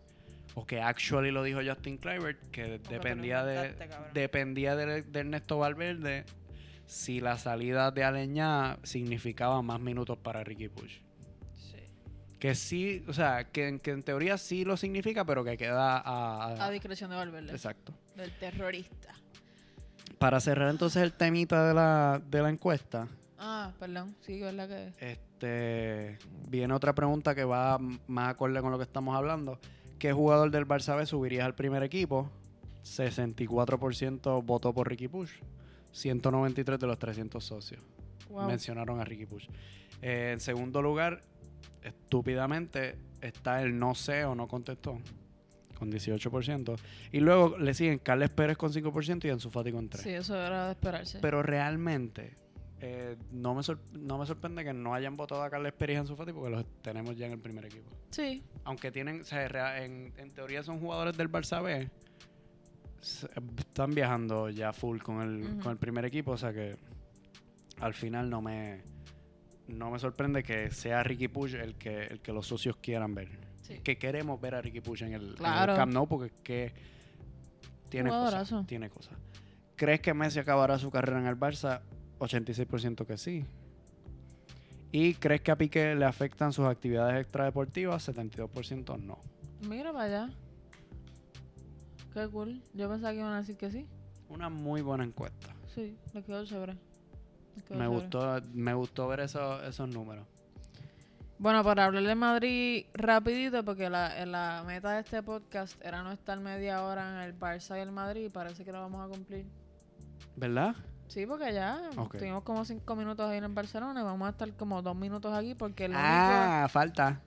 Speaker 2: o que actually lo dijo Justin Kluivert, que
Speaker 1: te lo
Speaker 2: dependía de
Speaker 1: inventaste, cabrón.
Speaker 2: dependía de, de Ernesto Valverde si la salida de Aleñá significaba más minutos para Ricky Push.
Speaker 1: Sí.
Speaker 2: Que sí, o sea, que, en- que en teoría sí lo significa, pero que queda a- a-
Speaker 1: A discreción de Valverde.
Speaker 2: exacto.
Speaker 1: Del terrorista.
Speaker 2: Para cerrar entonces el temita de la, de la encuesta,
Speaker 1: Ah, perdón. Sí, ¿verdad que
Speaker 2: este viene otra pregunta que va m- más acorde con lo que estamos hablando. ¿Qué jugador del Barça B subirías al primer equipo? 64% votó por Ricky Push. 193 de los 300 socios
Speaker 1: Wow.
Speaker 2: mencionaron a Ricky Push. Eh, en segundo lugar, estúpidamente, está el no sé o no contestó con 18%. Y luego le siguen Carles Pérez con 5% y Ansu Fati con 3%.
Speaker 1: Sí, eso era de esperarse.
Speaker 2: Pero realmente, eh, no, me sor- no me sorprende que no hayan votado a Carles Pérez y Ansu Fati porque los tenemos ya en el primer equipo.
Speaker 1: sí.
Speaker 2: Aunque tienen, o sea, rea- en, en teoría son jugadores del Barça B, se- están viajando ya full con el,
Speaker 1: Ujú.
Speaker 2: con el primer equipo, o sea que al final no me, no me sorprende que sea Ricky Push el que, el que los socios quieran ver.
Speaker 1: sí.
Speaker 2: Que queremos ver a Ricky Push en el, en el
Speaker 1: Claro.
Speaker 2: Camp Nou porque es que tiene cosas,
Speaker 1: Jugadorazo.
Speaker 2: tiene cosas. ¿Crees que Messi acabará su carrera en el Barça? 86% que sí. ¿Y crees que a Piqué le afectan sus actividades extradeportivas? 72% no.
Speaker 1: Mira para allá. Qué cool. Yo pensaba que iban a decir que sí.
Speaker 2: Una muy buena encuesta.
Speaker 1: Sí, le quedó chévere. Le quedó
Speaker 2: Me
Speaker 1: chévere.
Speaker 2: gustó, me gustó ver esos, esos números.
Speaker 1: Bueno, para hablar de Madrid rapidito, porque la, la meta de este podcast era no estar media hora en el Barça y el Madrid, y parece que lo vamos a cumplir.
Speaker 2: ¿Verdad?
Speaker 1: Sí, porque ya
Speaker 2: Ok.
Speaker 1: tuvimos como cinco minutos ahí en el Barcelona y vamos a estar como dos minutos aquí porque el único...
Speaker 2: Ah, falta.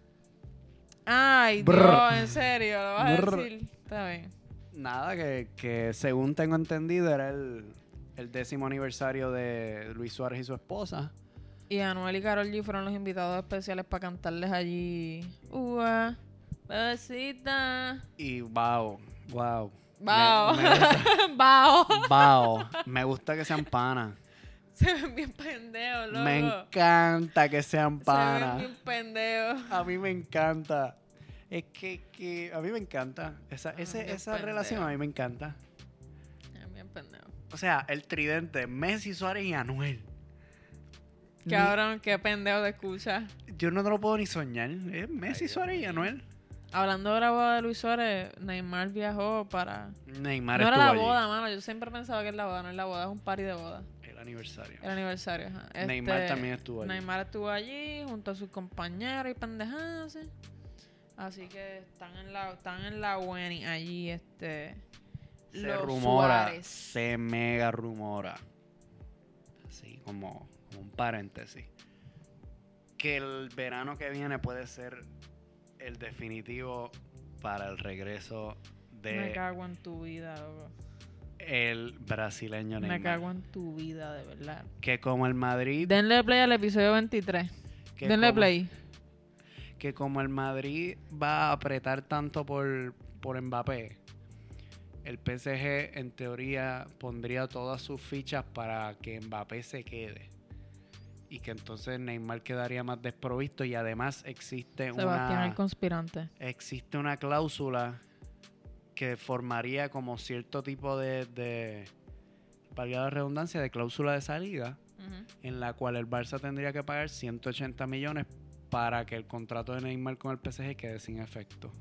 Speaker 1: ¡Ay,
Speaker 2: Brr.
Speaker 1: Dios! ¿En serio? ¿Lo vas
Speaker 2: Brr.
Speaker 1: a decir? Está bien.
Speaker 2: Nada, que, que según tengo entendido era el, el décimo aniversario de Luis Suárez y su esposa.
Speaker 1: Y Anuel y Carol G fueron los invitados especiales para cantarles allí. Ua, besita.
Speaker 2: Y wow, wow. Me-
Speaker 1: Bao.
Speaker 2: me gusta-
Speaker 1: Bao.
Speaker 2: Bao. Me gusta que sean panas.
Speaker 1: Se ven bien pendejos, loco.
Speaker 2: Me encanta que sean
Speaker 1: Se ven
Speaker 2: panas.
Speaker 1: bien pendejos.
Speaker 2: A mí me encanta. Es que, que a mí me encanta. Esa, ese-
Speaker 1: bien
Speaker 2: esa relación a mí me encanta.
Speaker 1: Se ven bien pendejos.
Speaker 2: O sea, el tridente, Messi, Suárez y Anuel. Ni-
Speaker 1: Cabrón, qué pendejo te escucha.
Speaker 2: Yo no te lo puedo ni soñar. Es Messi,
Speaker 1: Ay, Dios
Speaker 2: Suárez y
Speaker 1: mío.
Speaker 2: Anuel.
Speaker 1: Hablando de la boda de Luis Suárez, Neymar viajó para...
Speaker 2: Neymar
Speaker 1: no era
Speaker 2: estuvo
Speaker 1: la
Speaker 2: allí.
Speaker 1: boda, mano. Yo siempre pensaba que era la boda. No es la boda, es un party de boda.
Speaker 2: El aniversario.
Speaker 1: El aniversario, ajá.
Speaker 2: Neymar
Speaker 1: Este,
Speaker 2: también estuvo allí.
Speaker 1: Neymar estuvo allí junto a sus compañeros y pendejadas. ¿sí? Así que están en la, están en la Wenny allí, este.
Speaker 2: se
Speaker 1: los
Speaker 2: rumora,
Speaker 1: Suárez.
Speaker 2: se mega rumora, así como, como un paréntesis, que el verano que viene puede ser el definitivo para el regreso
Speaker 1: Me
Speaker 2: de
Speaker 1: cago en tu vida, loco.
Speaker 2: el brasileño Neymar.
Speaker 1: Me cago en tu vida, de verdad.
Speaker 2: Que como el Madrid,
Speaker 1: Denle play al episodio 23.
Speaker 2: que
Speaker 1: Denle
Speaker 2: como,
Speaker 1: play.
Speaker 2: que como el Madrid va a apretar tanto por, por Mbappé, el PSG en teoría pondría todas sus fichas para que Mbappé se quede. Y que entonces Neymar quedaría más desprovisto y además existe
Speaker 1: Sebastián el
Speaker 2: una,
Speaker 1: conspirante.
Speaker 2: existe una cláusula que formaría como cierto tipo de, de, valga la redundancia, de cláusula de salida en la cual el Barça tendría que pagar 180 millones para que el contrato de Neymar con el PSG quede sin efecto.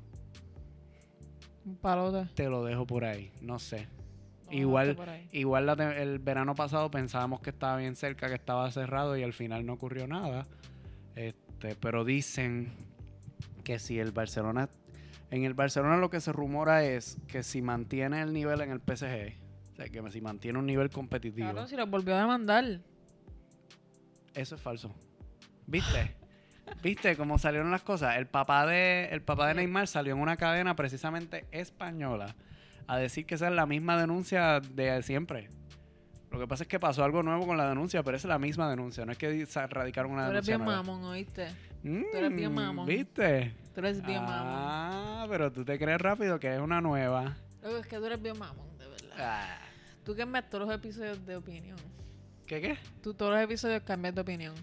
Speaker 1: Un palote.
Speaker 2: Te lo dejo por ahí, no sé.
Speaker 1: Vamos
Speaker 2: Igual,
Speaker 1: por ahí.
Speaker 2: igual la te- el verano pasado pensábamos que estaba bien cerca, que estaba cerrado y al final no ocurrió nada. Este, pero dicen que si el Barcelona en el Barcelona lo que se rumora es que si mantiene el nivel en el PSG, o sea, que si mantiene un nivel competitivo,
Speaker 1: Claro, si los volvió a demandar.
Speaker 2: Eso es falso. ¿Viste? ¿Viste cómo salieron las cosas? El papá de, el papá de Neymar salió en una cadena precisamente española a decir que esa es la misma denuncia de siempre. Lo que pasa es que pasó algo nuevo con la denuncia, pero esa es la misma denuncia. No es que di- sa- radicaron una
Speaker 1: Tú eres
Speaker 2: denuncia.
Speaker 1: bien
Speaker 2: nueva.
Speaker 1: mamón, ¿oíste?
Speaker 2: Mm,
Speaker 1: tú eres bien mamón.
Speaker 2: ¿Viste?
Speaker 1: Tú eres bien mamón.
Speaker 2: Ah, pero tú te crees rápido que es una nueva.
Speaker 1: Loco, es que tú eres bien mamón, de verdad.
Speaker 2: Ah,
Speaker 1: Tú cambias todos los episodios de opinión.
Speaker 2: ¿Qué qué?
Speaker 1: Tú todos los episodios cambias de opinión.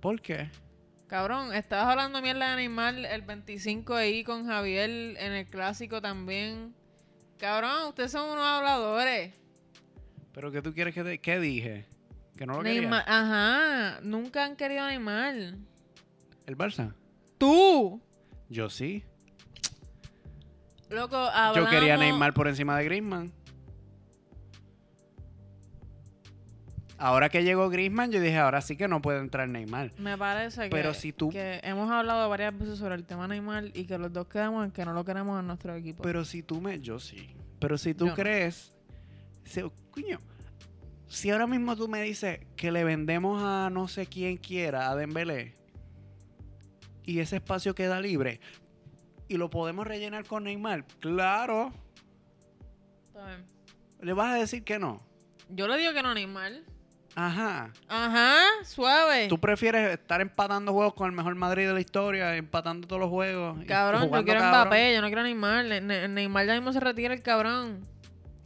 Speaker 2: ¿Por qué?
Speaker 1: Cabrón, estabas hablando mierda de animal el 25 ahí con Javier en el clásico también. Cabrón, ustedes son unos habladores.
Speaker 2: ¿Pero qué tú quieres que te... ¿Qué dije? ¿Que no lo quería?
Speaker 1: Neymar- ajá, nunca han querido animal.
Speaker 2: ¿El Barça?
Speaker 1: Tú,
Speaker 2: Yo sí.
Speaker 1: loco, hablamos.
Speaker 2: Yo quería Neymar por encima de Griezmann. Ahora que llegó Griezmann, yo dije, ahora sí que no puede entrar Neymar.
Speaker 1: Me parece que,
Speaker 2: Pero si tú-
Speaker 1: que hemos hablado varias veces sobre el tema Neymar y que los dos quedamos en que no lo queremos en nuestro equipo.
Speaker 2: Pero si tú me... Yo sí. Pero si tú
Speaker 1: Yo no.
Speaker 2: crees... si- coño, si ahora mismo tú me dices que le vendemos a no sé quién quiera, a Dembélé, y ese espacio queda libre, y lo podemos rellenar con Neymar, claro,
Speaker 1: Está bien.
Speaker 2: le vas a decir que no.
Speaker 1: Yo le digo que no animal.
Speaker 2: Ajá.
Speaker 1: Ajá, suave.
Speaker 2: ¿Tú prefieres estar empatando juegos con el mejor Madrid de la historia, empatando todos los juegos? y
Speaker 1: Cabrón, yo
Speaker 2: jugando
Speaker 1: quiero
Speaker 2: cabrón?
Speaker 1: Mbappé, yo no quiero Neymar. Ne- Ne- Neymar ya mismo se retira el cabrón.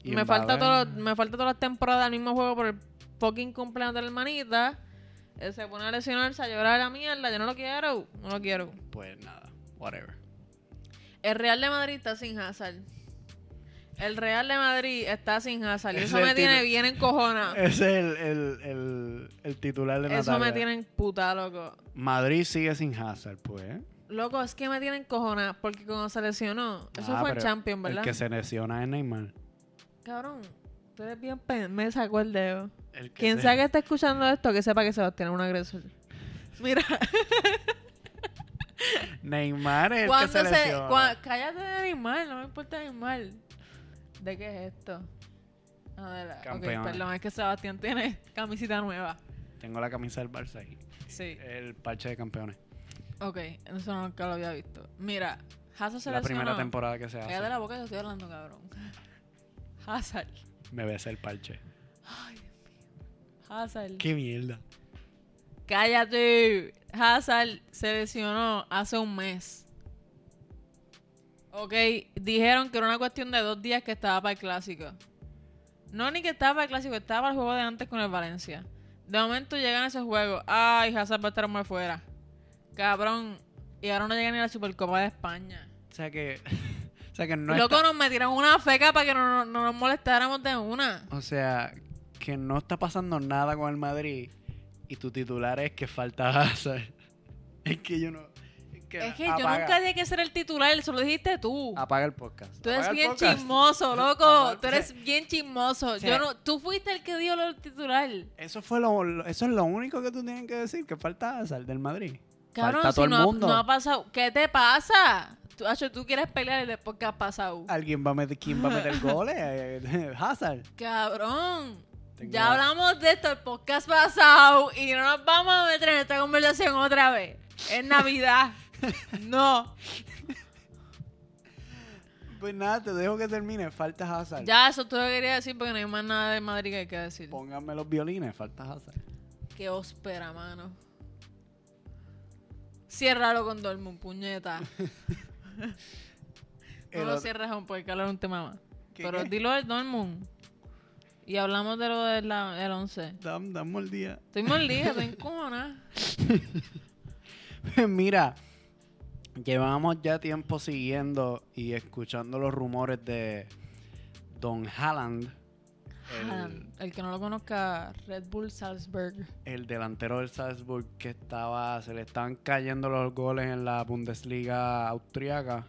Speaker 2: Y
Speaker 1: me,
Speaker 2: Mbappé.
Speaker 1: falta todo, me falta todas las temporadas el mismo juego por el fucking cumpleaños de la hermanita. Eh, se pone a lesionarse, a llorar a la mierda. Yo no lo quiero, no lo quiero.
Speaker 2: Pues nada, whatever.
Speaker 1: El Real de Madrid está sin Hazard. El Real de Madrid está sin Hazard. Y
Speaker 2: Ese
Speaker 1: eso
Speaker 2: es
Speaker 1: me
Speaker 2: el
Speaker 1: tiene
Speaker 2: tipo-
Speaker 1: bien encojonado.
Speaker 2: Ese es el, el- el- el titular de Natalia.
Speaker 1: Eso me tiene en puta, loco.
Speaker 2: Madrid sigue sin Hazard, pues.
Speaker 1: Loco, es que me tiene encojonada porque cuando se lesionó, eso
Speaker 2: Ah,
Speaker 1: fue en
Speaker 2: pero
Speaker 1: Champions, ¿verdad?
Speaker 2: El que se lesiona es Neymar.
Speaker 1: Cabrón, ustedes bien pen- me sacó el dedo.
Speaker 2: El que
Speaker 1: Quien
Speaker 2: se-
Speaker 1: sea que esté escuchando esto, que sepa que Sebastián es un agresor. Mira,
Speaker 2: Neymar es el que
Speaker 1: cuando
Speaker 2: se
Speaker 1: se.
Speaker 2: lesiona.
Speaker 1: cua- cállate de animal, no me importa de animal. ¿De qué es esto? Adela, ok,
Speaker 2: Campeona.
Speaker 1: perdón, es que Sebastián tiene camisita nueva.
Speaker 2: Tengo la camisa del Barça ahí.
Speaker 1: Sí.
Speaker 2: El parche de campeones.
Speaker 1: Ok, eso nunca lo había visto. Mira, Hazard se
Speaker 2: la
Speaker 1: lesionó.
Speaker 2: primera temporada que se
Speaker 1: Cállate
Speaker 2: hace.
Speaker 1: la boca que estoy hablando, cabrón. Hazard.
Speaker 2: Me besé el parche.
Speaker 1: Ay, Dios mío. Hazard.
Speaker 2: Qué mierda.
Speaker 1: Cállate. Hazard se lesionó hace un mes. Ok, dijeron que era una cuestión de dos días que estaba para el clásico. No ni que estaba para el clásico, estaba para el juego de antes con el Valencia. De momento llegan esos juegos. Ay, Hazard va a estar muy fuera. Cabrón. Y ahora no llega ni a la Supercopa de España.
Speaker 2: O sea que. O sea que no
Speaker 1: Loco,
Speaker 2: está-
Speaker 1: nos metieron una feca para que no, no nos molestáramos de una.
Speaker 2: O sea, que no está pasando nada con el Madrid y tu titular es que falta Hazard. Es que yo no. Es que,
Speaker 1: Es que yo
Speaker 2: apaga,
Speaker 1: nunca dije que ser el titular, solo dijiste tú.
Speaker 2: Apaga el podcast.
Speaker 1: Tú
Speaker 2: apaga
Speaker 1: eres
Speaker 2: el
Speaker 1: bien
Speaker 2: podcast.
Speaker 1: chismoso, loco.
Speaker 2: Apaga-
Speaker 1: Tú eres bien chismoso.
Speaker 2: Sí.
Speaker 1: Yo no, tú fuiste el que dio lo del titular.
Speaker 2: Eso fue lo, lo- eso es lo único que tú tienes que decir, que falta Hazard del Madrid.
Speaker 1: Cabrón,
Speaker 2: falta
Speaker 1: si
Speaker 2: todo el
Speaker 1: no, ha-
Speaker 2: mundo.
Speaker 1: no ha pasado. ¿Qué te pasa? Tú, Acho, tú quieres pelear y después que ha pasado.
Speaker 2: ¿Alguien va a meter, quién va a meter goles? Eh, Hazard.
Speaker 1: Cabrón.
Speaker 2: Tengo-
Speaker 1: Ya hablamos de esto el podcast pasado y no nos vamos a meter en esta conversación otra vez. Es Navidad. No.
Speaker 2: Pues nada, te dejo que termine. Falta Hazard.
Speaker 1: Ya, eso todo lo que quería decir porque no hay más nada de Madrid que hay que decir.
Speaker 2: Pónganme los violines, falta Hazard.
Speaker 1: Qué óspera, mano. Ciérralo con Dortmund, puñeta. No
Speaker 2: El
Speaker 1: lo
Speaker 2: otro-
Speaker 1: cierres aún porque hay que hablar de un tema más.
Speaker 2: ¿Qué,
Speaker 1: Pero
Speaker 2: qué?
Speaker 1: dilo del Dortmund. Y hablamos de lo del 11.
Speaker 2: Dam- damos el día.
Speaker 1: Estoy mordida, estoy encojonada.
Speaker 2: Mira, llevamos ya tiempo siguiendo y escuchando los rumores de Don Haaland,
Speaker 1: El... Ah, el que no lo conozca, Red Bull Salzburg.
Speaker 2: el delantero del Salzburg que estaba, se le estaban cayendo los goles en la Bundesliga austriaca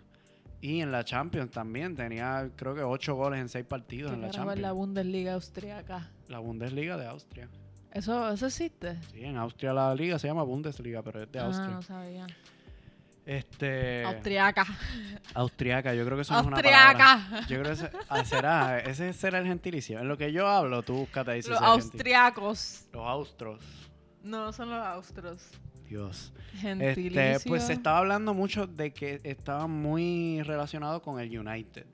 Speaker 2: y en la Champions también. Tenía creo que ocho goles en seis partidos
Speaker 1: Que
Speaker 2: en la
Speaker 1: carajo es
Speaker 2: Champions.
Speaker 1: la
Speaker 2: La...
Speaker 1: Bundesliga austriaca.
Speaker 2: Bundesliga de Austria.
Speaker 1: ¿Eso, eso existe?
Speaker 2: Sí, en Austria la liga se llama Bundesliga, pero es de
Speaker 1: Ah,
Speaker 2: Austria.
Speaker 1: no sabía.
Speaker 2: Este
Speaker 1: Austriaca.
Speaker 2: austriaca, yo creo que eso no es una palabra.
Speaker 1: Austriaca.
Speaker 2: Yo creo que ese, ah, será, ese será el gentilicio. En lo que yo hablo, tú búscate ahí si
Speaker 1: Los
Speaker 2: es el gentilicio.
Speaker 1: austriacos.
Speaker 2: Los austros.
Speaker 1: No, son los austros.
Speaker 2: Este, Dios.
Speaker 1: Gentilicio.
Speaker 2: Este, pues se estaba hablando mucho de que estaba muy relacionado con el United.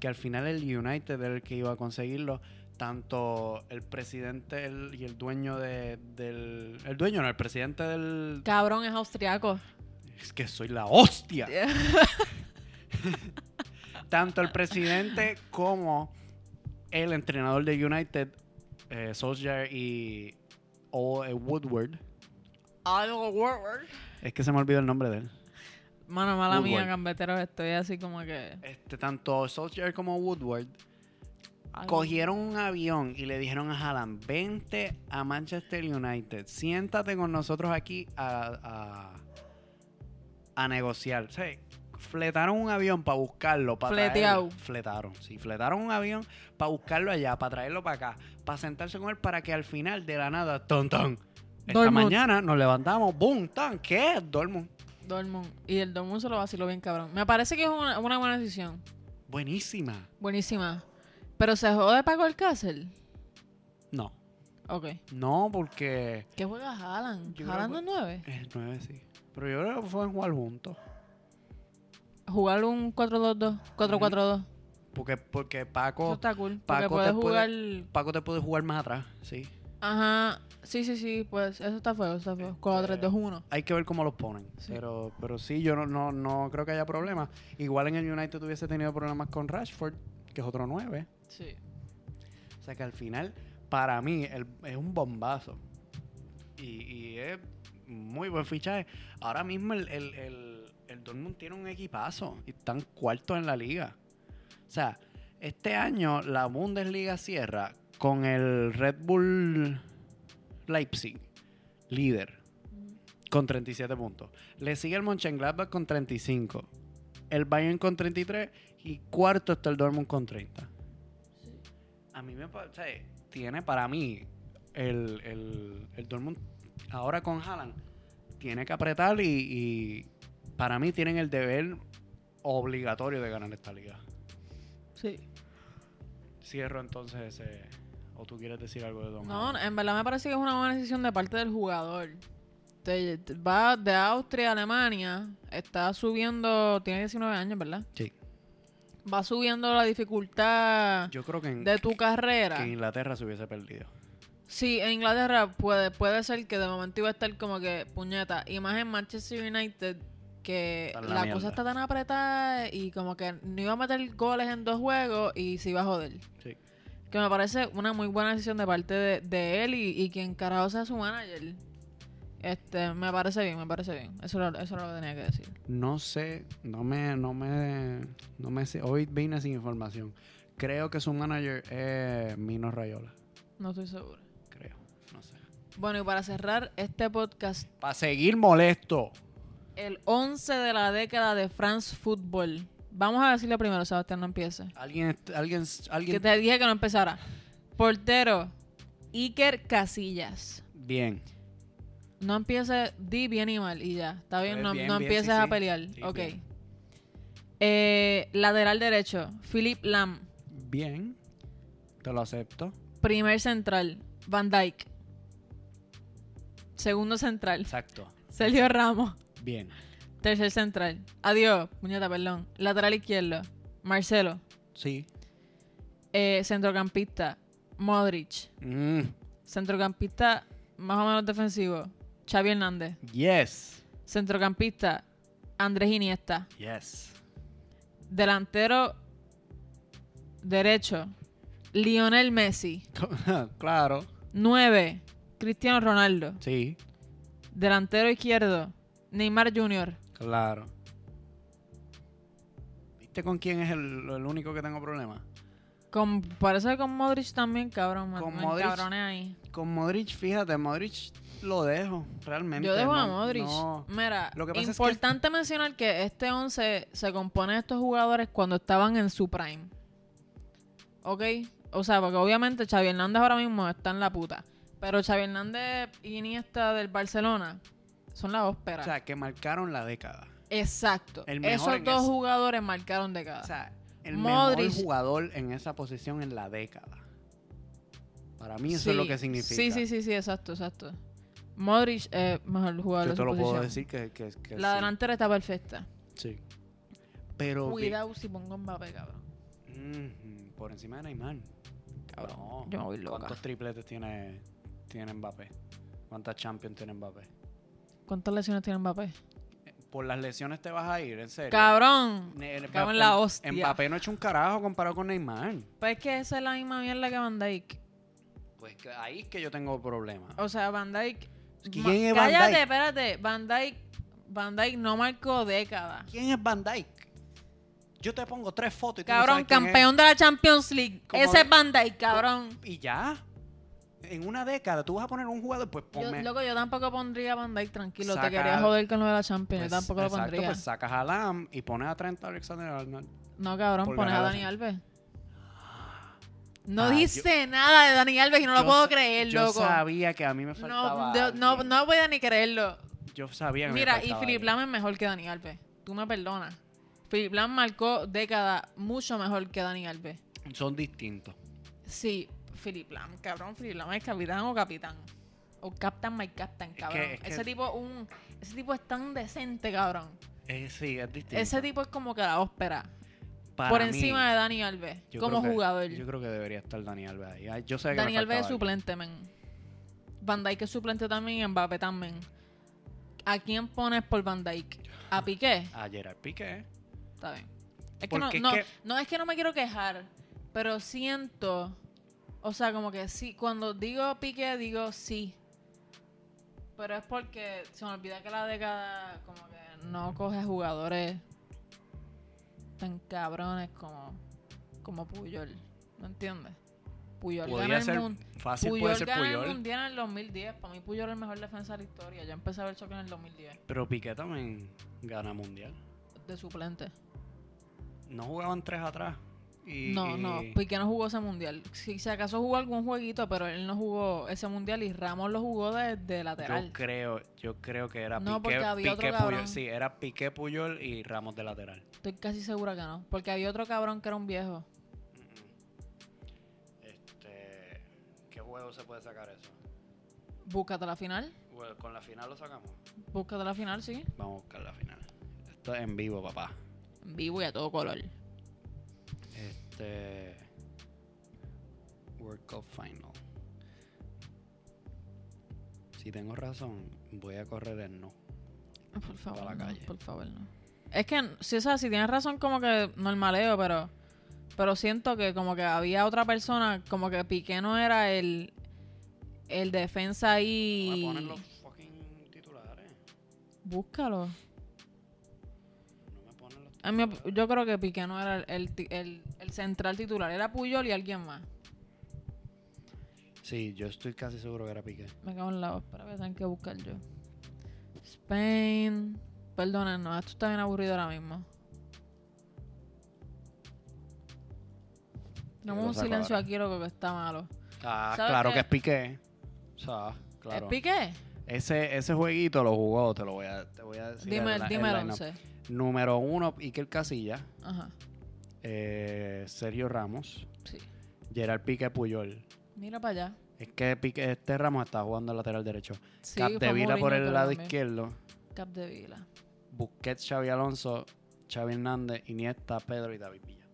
Speaker 2: Que al final el United era el que iba a conseguirlo. Tanto el presidente el- y el dueño de- del... El dueño no, el presidente del...
Speaker 1: Cabrón, es austriaco.
Speaker 2: Es que soy la hostia. tanto el presidente como el entrenador de United, eh, Solskjaer y o, eh, Woodward.
Speaker 1: Algo Warward.
Speaker 2: Es que se me olvidó el nombre de él.
Speaker 1: Mano, mala mía,
Speaker 2: Woodward.
Speaker 1: gambeteros, estoy así como que.
Speaker 2: Este, tanto Solskjaer como Woodward
Speaker 1: algo-
Speaker 2: cogieron un avión y le dijeron a Haaland, vente a Manchester United, siéntate con nosotros aquí a, a, a negociar. O sea, fletaron un avión para buscarlo, para
Speaker 1: Fleteao.
Speaker 2: Fletaron, sí, fletaron un avión para buscarlo allá, para traerlo para acá, para sentarse con él para que al final de la nada, ton, ton. Esta
Speaker 1: Dortmund.
Speaker 2: mañana nos levantamos, boom, tan, ¿qué? Dortmund.
Speaker 1: Dortmund. Y el Dortmund se lo vaciló bien, cabrón. Me parece que es una, una buena decisión.
Speaker 2: Buenísima.
Speaker 1: Buenísima. Pero se jode Paco Alcácer.
Speaker 2: No,
Speaker 1: Ok.
Speaker 2: no, porque
Speaker 1: ¿Qué juega Haaland?
Speaker 2: Yo creo
Speaker 1: Haaland
Speaker 2: que- pues,
Speaker 1: es 9.
Speaker 2: el 9 sí. Pero yo creo que fue en jugar juntos.
Speaker 1: Jugar un 4-2-2. 4-4-2.
Speaker 2: Porque, porque
Speaker 1: Eso
Speaker 2: Paco,
Speaker 1: está cool. Porque
Speaker 2: Paco
Speaker 1: puedes
Speaker 2: te
Speaker 1: jugar.
Speaker 2: Paco te puede jugar más atrás, sí.
Speaker 1: Ajá. Sí, sí, sí. Pues eso está fuego. Eso está
Speaker 2: Este,
Speaker 1: fuego. 4-3-2-1.
Speaker 2: Hay que ver cómo los ponen.
Speaker 1: Sí.
Speaker 2: Pero, pero sí, yo no, no, no creo que haya problemas. Igual en el United hubiese tenido problemas con Rashford, que es otro 9.
Speaker 1: Sí.
Speaker 2: O sea que al final, para mí, el- es un bombazo. Y, y es muy buen fichaje. Ahora mismo el, el, el- el Dortmund tiene un equipazo y están cuartos en la liga. O sea, este año la Bundesliga cierra con el Red Bull Leipzig, líder, con 37 puntos. Le sigue el Mönchengladbach con 35. El Bayern con 33 y cuarto está el Dortmund con 30. A mí me parece, tiene para mí el, el, el Dortmund ahora con Haaland tiene que apretar y, y para mí tienen el deber obligatorio de ganar esta liga.
Speaker 1: Sí.
Speaker 2: Cierro entonces ese o tú quieres decir algo de Don
Speaker 1: No,
Speaker 2: Haaland.
Speaker 1: en verdad me parece que es una buena decisión de parte del jugador. Te, te- va de Austria a Alemania, está subiendo, tiene 19 años, ¿verdad?
Speaker 2: Sí.
Speaker 1: Va subiendo la dificultad
Speaker 2: Yo creo que en,
Speaker 1: de tu
Speaker 2: que
Speaker 1: carrera.
Speaker 2: en Inglaterra se hubiese perdido.
Speaker 1: Sí, en Inglaterra puede, puede ser que de momento iba a estar como que puñeta. Y más en Manchester United, que
Speaker 3: Está en la
Speaker 1: la,
Speaker 3: mierda.
Speaker 1: cosa está tan apretada y como que no iba a meter goles en dos juegos y se iba a joder.
Speaker 3: Sí.
Speaker 1: Que me parece una muy buena decisión de parte de, de él y, y quien carajo sea su manager. Este, me parece bien, me parece bien. Eso era, eso era lo que tenía que decir.
Speaker 2: No sé, no me, no me, no me sé. Hoy vine sin información. Creo que su manager es Mino Rayola.
Speaker 1: No estoy seguro.
Speaker 2: Creo. No sé.
Speaker 1: Bueno, y para cerrar este podcast,
Speaker 2: Para seguir molesto.
Speaker 1: el 11 de la década de France Football. Vamos a decirlo primero, Sebastián, no empiece.
Speaker 2: Alguien, alguien,
Speaker 1: Que
Speaker 2: alguien.
Speaker 1: te dije que no empezara. Portero, Iker Casillas.
Speaker 2: Bien.
Speaker 1: No empieces, di bien y mal y ya. Está bien,
Speaker 2: Pues
Speaker 1: no,
Speaker 2: bien,
Speaker 1: no
Speaker 2: bien,
Speaker 1: empieces
Speaker 2: sí,
Speaker 1: a
Speaker 2: sí.
Speaker 1: pelear.
Speaker 2: Sí,
Speaker 1: ok.
Speaker 2: bien.
Speaker 1: Eh, lateral derecho, Philip Lam.
Speaker 2: Bien. Te lo acepto.
Speaker 1: Primer central, Van Dyke. Segundo central,
Speaker 2: Exacto.
Speaker 1: Sergio Ramos.
Speaker 2: Bien.
Speaker 1: Tercer central, adiós, puñeta, perdón. Lateral izquierdo, Marcelo.
Speaker 2: Sí.
Speaker 1: Eh, centrocampista, Modric.
Speaker 2: Mm,
Speaker 1: Centrocampista más o menos defensivo, Xavi Hernández.
Speaker 2: Yes.
Speaker 1: Centrocampista, Andrés Iniesta.
Speaker 2: Yes.
Speaker 1: Delantero derecho, Lionel Messi.
Speaker 2: claro.
Speaker 1: 9. Cristiano Ronaldo.
Speaker 2: Sí.
Speaker 1: Delantero izquierdo, Neymar Jr.
Speaker 2: Claro. ¿Viste con quién es el, el único que tengo problema?
Speaker 1: Con, parece que con Modric también, cabrón. me-
Speaker 2: Con
Speaker 1: me
Speaker 2: Modric.
Speaker 1: encabroné ahí.
Speaker 2: Con Modric, fíjate, Modric lo dejo, realmente.
Speaker 1: Yo dejo a
Speaker 2: no-
Speaker 1: Modric.
Speaker 2: no-
Speaker 1: Mira,
Speaker 2: Lo que pasa es que-
Speaker 1: importante mencionar que este 11 se compone de estos jugadores cuando estaban en su prime. ¿Ok? O sea, porque obviamente Xavi Hernández ahora mismo está en la puta. Pero Xavi Hernández y Iniesta del Barcelona son la ópera.
Speaker 2: o sea, que marcaron la década.
Speaker 1: Exacto.
Speaker 2: El mejor
Speaker 1: Esos
Speaker 2: en
Speaker 1: dos
Speaker 2: eso.
Speaker 1: jugadores marcaron de cada.
Speaker 2: O sea, el
Speaker 1: Modric.
Speaker 2: mejor jugador en esa posición en la década. Para mí eso es lo
Speaker 1: Sí,
Speaker 2: que significa.
Speaker 1: Sí, sí, sí, sí, exacto, exacto. Modric es mejor jugador
Speaker 2: Yo
Speaker 1: de
Speaker 2: te
Speaker 1: su
Speaker 2: lo puedo
Speaker 1: posición.
Speaker 2: decir que, que, que
Speaker 1: La
Speaker 2: sí.
Speaker 1: delantera está perfecta.
Speaker 2: Sí. Pero...
Speaker 1: Cuidado si pongo Mbappé, cabrón.
Speaker 2: Mhm, por encima de Neymar.
Speaker 1: Cabrón,
Speaker 2: No.
Speaker 1: yo me voy loca.
Speaker 2: ¿Cuántos tripletes tiene, tiene Mbappé? ¿Cuántas Champions tiene Mbappé?
Speaker 1: ¿Cuántas lesiones tiene Mbappé?
Speaker 2: Eh, Por las lesiones te vas a ir, en serio.
Speaker 1: Cabrón.
Speaker 2: Ne- el
Speaker 1: cago en
Speaker 2: Mbappé-
Speaker 1: la hostia.
Speaker 2: Mbappé no ha hecho un carajo comparado con Neymar.
Speaker 1: Pues es que esa es la misma mierda que Van Dyke.
Speaker 2: Pues que ahí es que yo tengo problemas.
Speaker 1: O sea, Van Dyke.
Speaker 2: Es que ¿quién es Van
Speaker 1: Cállate,
Speaker 2: Dijk?
Speaker 1: espérate. Van Dyke. Van Dyke no marcó década.
Speaker 2: ¿Quién es Van Dyke? Yo te pongo tres fotos y tú no
Speaker 1: Cabrón,
Speaker 2: sabes quién es.
Speaker 1: campeón de la Champions League.
Speaker 2: Como-
Speaker 1: Ese es Van Dyke, cabrón.
Speaker 2: Y ya. En una década tú vas a poner un jugador, pues
Speaker 1: Yo,
Speaker 2: ponme.
Speaker 1: loco, yo tampoco pondría Van Dyke, tranquilo.
Speaker 2: Saca-
Speaker 1: Te quería joder con lo de la Champions.
Speaker 2: pues,
Speaker 1: yo tampoco
Speaker 2: exacto,
Speaker 1: lo pondría.
Speaker 2: pues sacas a Lam y pones a Trent Alexander Arnold.
Speaker 1: no, cabrón,
Speaker 2: por
Speaker 1: pones a
Speaker 2: ganar la
Speaker 1: Dani Alves.
Speaker 2: Champions.
Speaker 1: No
Speaker 2: Ah, yo-
Speaker 1: dice nada de Dani Alves y no lo
Speaker 2: Yo
Speaker 1: puedo
Speaker 2: sa-
Speaker 1: creer,
Speaker 2: yo
Speaker 1: loco.
Speaker 2: sabía que a mí me faltaba.
Speaker 1: No, yo- no,
Speaker 2: alguien.
Speaker 1: no voy a ni creerlo.
Speaker 2: Yo sabía que me
Speaker 1: Mira, y
Speaker 2: faltaba
Speaker 1: Philip
Speaker 2: alguien.
Speaker 1: Lam es mejor que Dani Alves. Tú me perdonas. Philip Lam marcó década mucho mejor que Dani Alves.
Speaker 2: Son distintos.
Speaker 1: Sí, Philip Lam, cabrón. Philip Lam es capitán o capitán. O captain my captain,
Speaker 2: que-
Speaker 1: cabrón.
Speaker 2: es que-
Speaker 1: Ese tipo un ese tipo es tan decente, cabrón.
Speaker 2: Eh, sí, es distinto.
Speaker 1: Ese tipo es como que la ópera.
Speaker 2: Para
Speaker 1: por
Speaker 2: mí,
Speaker 1: encima de Dani Alves,
Speaker 2: yo
Speaker 1: como
Speaker 2: creo que-
Speaker 1: jugador.
Speaker 2: Yo creo que debería estar Dani Alves ahí. Ah, Yo sé que
Speaker 1: Dani
Speaker 2: me
Speaker 1: Alves es
Speaker 2: faltaba alguien.
Speaker 1: suplente, men. Van Dijk es suplente también y Mbappé también. ¿A quién pones por Van Dijk? ¿A Piqué?
Speaker 2: A Ah, Gerard Piqué.
Speaker 1: Está bien. Es que no,
Speaker 2: Porque
Speaker 1: no,
Speaker 2: es que-
Speaker 1: no, es que no me quiero quejar, pero siento, o sea, como que sí, cuando digo Piqué, digo sí. Pero es porque se me olvida que la década como que no coge jugadores tan cabrones como, como Puyol. ¿Me entiendes? Puyol gana
Speaker 2: Podía
Speaker 1: el
Speaker 2: ser
Speaker 1: mun-
Speaker 2: fácil, puede
Speaker 1: Puyol
Speaker 2: ser
Speaker 1: gana el
Speaker 2: Puyol.
Speaker 1: mundial en el 2010. Para mí Puyol es el mejor defensa de la historia. Yo empecé a ver choque en el 2010
Speaker 2: Pero Piqué también gana mundial.
Speaker 1: de suplente.
Speaker 2: No jugaban tres atrás. Y,
Speaker 1: No, no,
Speaker 2: y-
Speaker 1: Piqué no jugó ese mundial. Si, si acaso jugó algún jueguito, pero él no jugó ese mundial y Ramos lo jugó de, de
Speaker 2: Yo
Speaker 1: lateral.
Speaker 2: creo, yo creo que era
Speaker 1: No,
Speaker 2: Piqué,
Speaker 1: porque había otro
Speaker 2: Piqué
Speaker 1: cabrón.
Speaker 2: Puyol. Sí, era Piqué Puyol y Ramos de lateral.
Speaker 1: Estoy casi segura que no. Porque había otro cabrón que era un viejo.
Speaker 2: Este, ¿Qué juego se puede sacar eso?
Speaker 1: Búscate la final.
Speaker 2: Bueno, ¿Con la final lo sacamos?
Speaker 1: Búscate la final, sí.
Speaker 2: Vamos a buscar la final. Esto es en vivo, papá.
Speaker 1: En vivo y a todo color.
Speaker 2: Este. World Cup Final. si tengo razón, voy a correr el no.
Speaker 1: Por favor,
Speaker 2: la
Speaker 1: no,
Speaker 2: calle.
Speaker 1: por favor, no. Es que, si, o sea, si tienes razón, como que normaleo, pero... Pero siento que como que había otra persona, como que Piqué no era el... El defensa
Speaker 2: Me
Speaker 1: ahí...
Speaker 2: ponen los fucking titulares.
Speaker 1: Búscalo.
Speaker 2: No me ponen los
Speaker 1: A mí,
Speaker 2: titulares.
Speaker 1: yo creo que Piqué no era el, el ti- el- el central titular, era Puyol y alguien más.
Speaker 2: Sí, yo estoy casi seguro que era Piqué.
Speaker 1: Me cago en la voz, espera, voy a tener que buscar yo. Spain. Perdónenos, esto está bien aburrido ahora mismo.
Speaker 2: Yo
Speaker 1: Tenemos
Speaker 2: lo
Speaker 1: un
Speaker 2: saco
Speaker 1: silencio
Speaker 2: ahora.
Speaker 1: aquí, loco, que está malo.
Speaker 2: Ah,
Speaker 1: ¿Sabes
Speaker 2: claro
Speaker 1: qué?
Speaker 2: que es Piqué. O sea, claro.
Speaker 1: ¿Es Piqué?
Speaker 2: Ese, ese jueguito lo jugó, te lo voy a, te voy a decir.
Speaker 1: dime
Speaker 2: el-
Speaker 1: el, dime el
Speaker 2: el lineup.
Speaker 1: 11.
Speaker 2: Número uno, Iker Casilla,
Speaker 1: Ajá,
Speaker 2: eh, Sergio Ramos,
Speaker 1: sí.
Speaker 2: Gerard Piqué Puyol.
Speaker 1: Mira para allá.
Speaker 2: Es que Piqué, este Ramos está jugando al lateral derecho.
Speaker 1: Sí, fue
Speaker 2: Capdevila por
Speaker 1: Mourinho,
Speaker 2: el
Speaker 1: pero
Speaker 2: lado
Speaker 1: también.
Speaker 2: izquierdo,
Speaker 1: Capdevila.
Speaker 2: Busquets, Xavi Alonso, Xavi Hernández, Iniesta, Pedro y David Villa.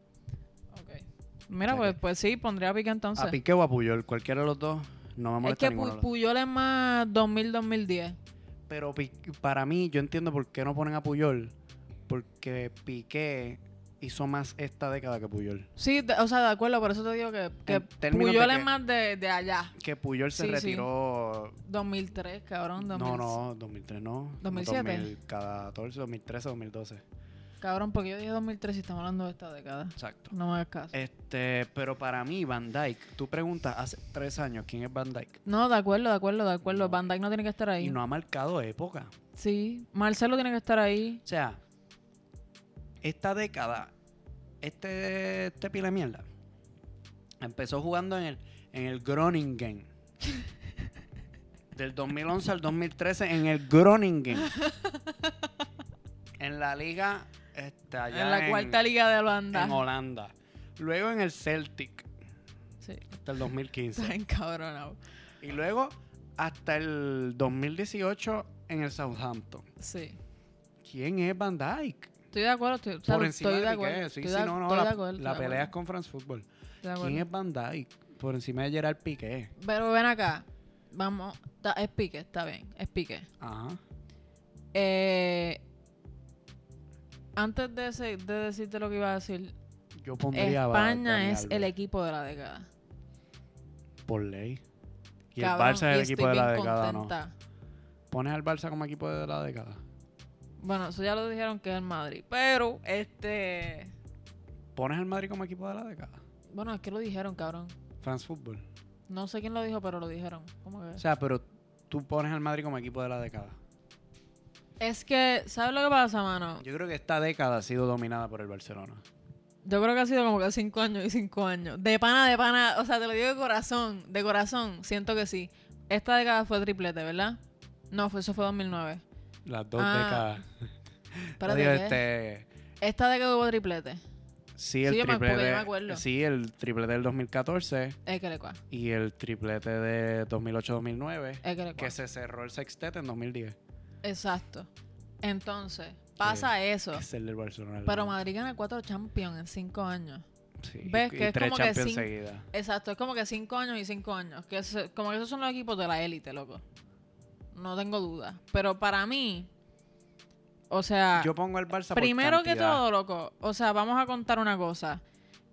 Speaker 1: Ok. Mira,
Speaker 2: O sea
Speaker 1: pues,
Speaker 2: que-
Speaker 1: pues sí, pondría a Piqué entonces.
Speaker 2: A Piqué o a Puyol, cualquiera de los dos, no me
Speaker 1: es
Speaker 2: molesta
Speaker 1: que
Speaker 2: ninguno de
Speaker 1: Pu-
Speaker 2: los dos.
Speaker 1: Puyol es más 2000-2010.
Speaker 2: Pero Pi- para mí, yo entiendo por qué no ponen a Puyol, porque Piqué hizo más esta década que Puyol.
Speaker 1: Sí, de- o sea, de acuerdo, por eso te digo que, que
Speaker 2: En términos de
Speaker 1: Puyol es
Speaker 2: que-
Speaker 1: más de, de allá.
Speaker 2: Que Puyol se
Speaker 1: Sí, sí.
Speaker 2: retiró
Speaker 1: 2003, cabrón, 2000.
Speaker 2: No, no, 2003 no.
Speaker 1: 2007.
Speaker 2: 2014, 2013, 2012.
Speaker 1: Cabrón, porque yo dije 2003 y estamos hablando de esta década.
Speaker 2: Exacto.
Speaker 1: No me hagas caso.
Speaker 2: Este, pero para mí, Van Dyke, tú preguntas hace tres años quién es Van Dyke.
Speaker 1: No, de acuerdo, de acuerdo, de acuerdo.
Speaker 2: No.
Speaker 1: Van Dyke no tiene que estar ahí.
Speaker 2: Y no ha marcado época.
Speaker 1: Sí, Marcelo tiene que estar ahí.
Speaker 2: O sea, esta década, este, este pila de mierda, empezó jugando en el, en el Groningen. Del 2011 al 2013 en el Groningen. En la liga, este, allá
Speaker 1: en la cuarta liga de Holanda.
Speaker 2: en Holanda. Luego en el Celtic
Speaker 1: Sí,
Speaker 2: hasta
Speaker 1: está
Speaker 2: el 2015.
Speaker 1: bien cabronado.
Speaker 2: y luego hasta el 2018 en el Southampton.
Speaker 1: Sí.
Speaker 2: ¿Quién es Van Dyke?
Speaker 1: Estoy de acuerdo, estoy, o sea,
Speaker 2: Por encima
Speaker 1: estoy de
Speaker 2: de
Speaker 1: acuerdo.
Speaker 2: Piqué. Sí,
Speaker 1: estoy
Speaker 2: sí,
Speaker 1: de-
Speaker 2: no, no.
Speaker 1: estoy
Speaker 2: La,
Speaker 1: de acuerdo,
Speaker 2: la
Speaker 1: estoy de
Speaker 2: pelea es
Speaker 1: acuerdo,
Speaker 2: con France Football.
Speaker 1: estoy de
Speaker 2: ¿Quién
Speaker 1: acuerdo.
Speaker 2: es Van Dyke? Por encima de Gerard Piqué.
Speaker 1: Pero ven acá. Vamos. ta- es Piqué, está bien. Es Piqué.
Speaker 2: Ajá.
Speaker 1: Eh, antes de, ese- de decirte lo que iba a decir,
Speaker 2: Yo pondría a Dani
Speaker 1: España es
Speaker 2: Alves
Speaker 1: el equipo de la década.
Speaker 2: Por ley. Y
Speaker 1: Cabrón,
Speaker 2: el Barça
Speaker 1: y
Speaker 2: es el
Speaker 1: estoy
Speaker 2: equipo de la
Speaker 1: bien
Speaker 2: década, ¿no?
Speaker 1: contenta.
Speaker 2: ¿Pones al Barça como equipo de la década?
Speaker 1: Bueno, eso ya lo dijeron que es el Madrid. Pero, este.
Speaker 2: ¿Pones al Madrid como equipo de la década?
Speaker 1: Bueno, es que lo dijeron, cabrón.
Speaker 2: France Football.
Speaker 1: No sé quién lo dijo, pero lo dijeron. ¿Cómo que?
Speaker 2: O sea, pero tú pones al Madrid como equipo de la década.
Speaker 1: es que, ¿sabes lo que pasa, mano?
Speaker 2: Yo creo que esta década ha sido dominada por el Barcelona.
Speaker 1: Yo creo que ha sido como que cinco años y cinco años. De pana, de pana. O sea, te lo digo de corazón. De corazón, siento que sí. Esta década fue triplete, ¿verdad? No, fue, eso fue 2009.
Speaker 2: Las dos
Speaker 1: Ah,
Speaker 2: décadas.
Speaker 1: Espérate,
Speaker 2: Digo,
Speaker 1: ¿qué?
Speaker 2: este,
Speaker 1: Esta década hubo triplete.
Speaker 2: sí, el
Speaker 1: Sí, yo me-
Speaker 2: triplete.
Speaker 1: porque yo me acuerdo.
Speaker 2: Sí, el triplete del 2014
Speaker 1: Es que le cua,
Speaker 2: y el triplete de 2008-2009,
Speaker 1: es que le cua.
Speaker 2: que se cerró el sextete en 2010.
Speaker 1: Exacto. Entonces, pasa eso.
Speaker 2: que Es el del Barcelona.
Speaker 1: Pero Madrid gana cuatro Champions en cinco años.
Speaker 2: Sí,
Speaker 1: ves
Speaker 2: y-
Speaker 1: que
Speaker 2: y
Speaker 1: es
Speaker 2: tres
Speaker 1: como que
Speaker 2: Champions
Speaker 1: sin-
Speaker 2: seguidas.
Speaker 1: Exacto, es como que cinco años y cinco años. Que es- como que esos son los equipos de la élite, loco. No tengo duda. Pero para mí, o sea,
Speaker 2: Yo pongo al Barça por
Speaker 1: Ah, primero que
Speaker 2: cantidad.
Speaker 1: todo, loco, o sea, vamos a contar una cosa.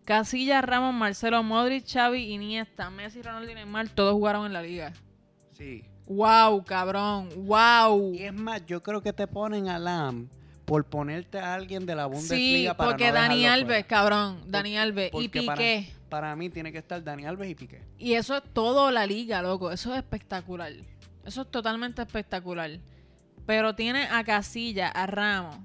Speaker 1: Casillas, Ramos, Marcelo, Modric, Xavi, Iniesta, Messi, Ronaldo y Neymar, todos jugaron en la liga.
Speaker 2: Sí.
Speaker 1: ¡Wow, cabrón! ¡Wow!
Speaker 2: Y es más, yo creo que te ponen a Lam por ponerte a alguien de la
Speaker 1: Sí,
Speaker 2: Bundesliga para
Speaker 1: porque
Speaker 2: no
Speaker 1: Dani
Speaker 2: dejarlo
Speaker 1: Alves,
Speaker 2: fuera.
Speaker 1: cabrón, Dani Alves y
Speaker 2: porque
Speaker 1: Piqué.
Speaker 2: para- Para mí tiene que estar Dani Alves y Piqué.
Speaker 1: Y eso es todo la liga, loco. Eso es espectacular. Eso es totalmente espectacular. Pero tienes a Casilla, a Ramos.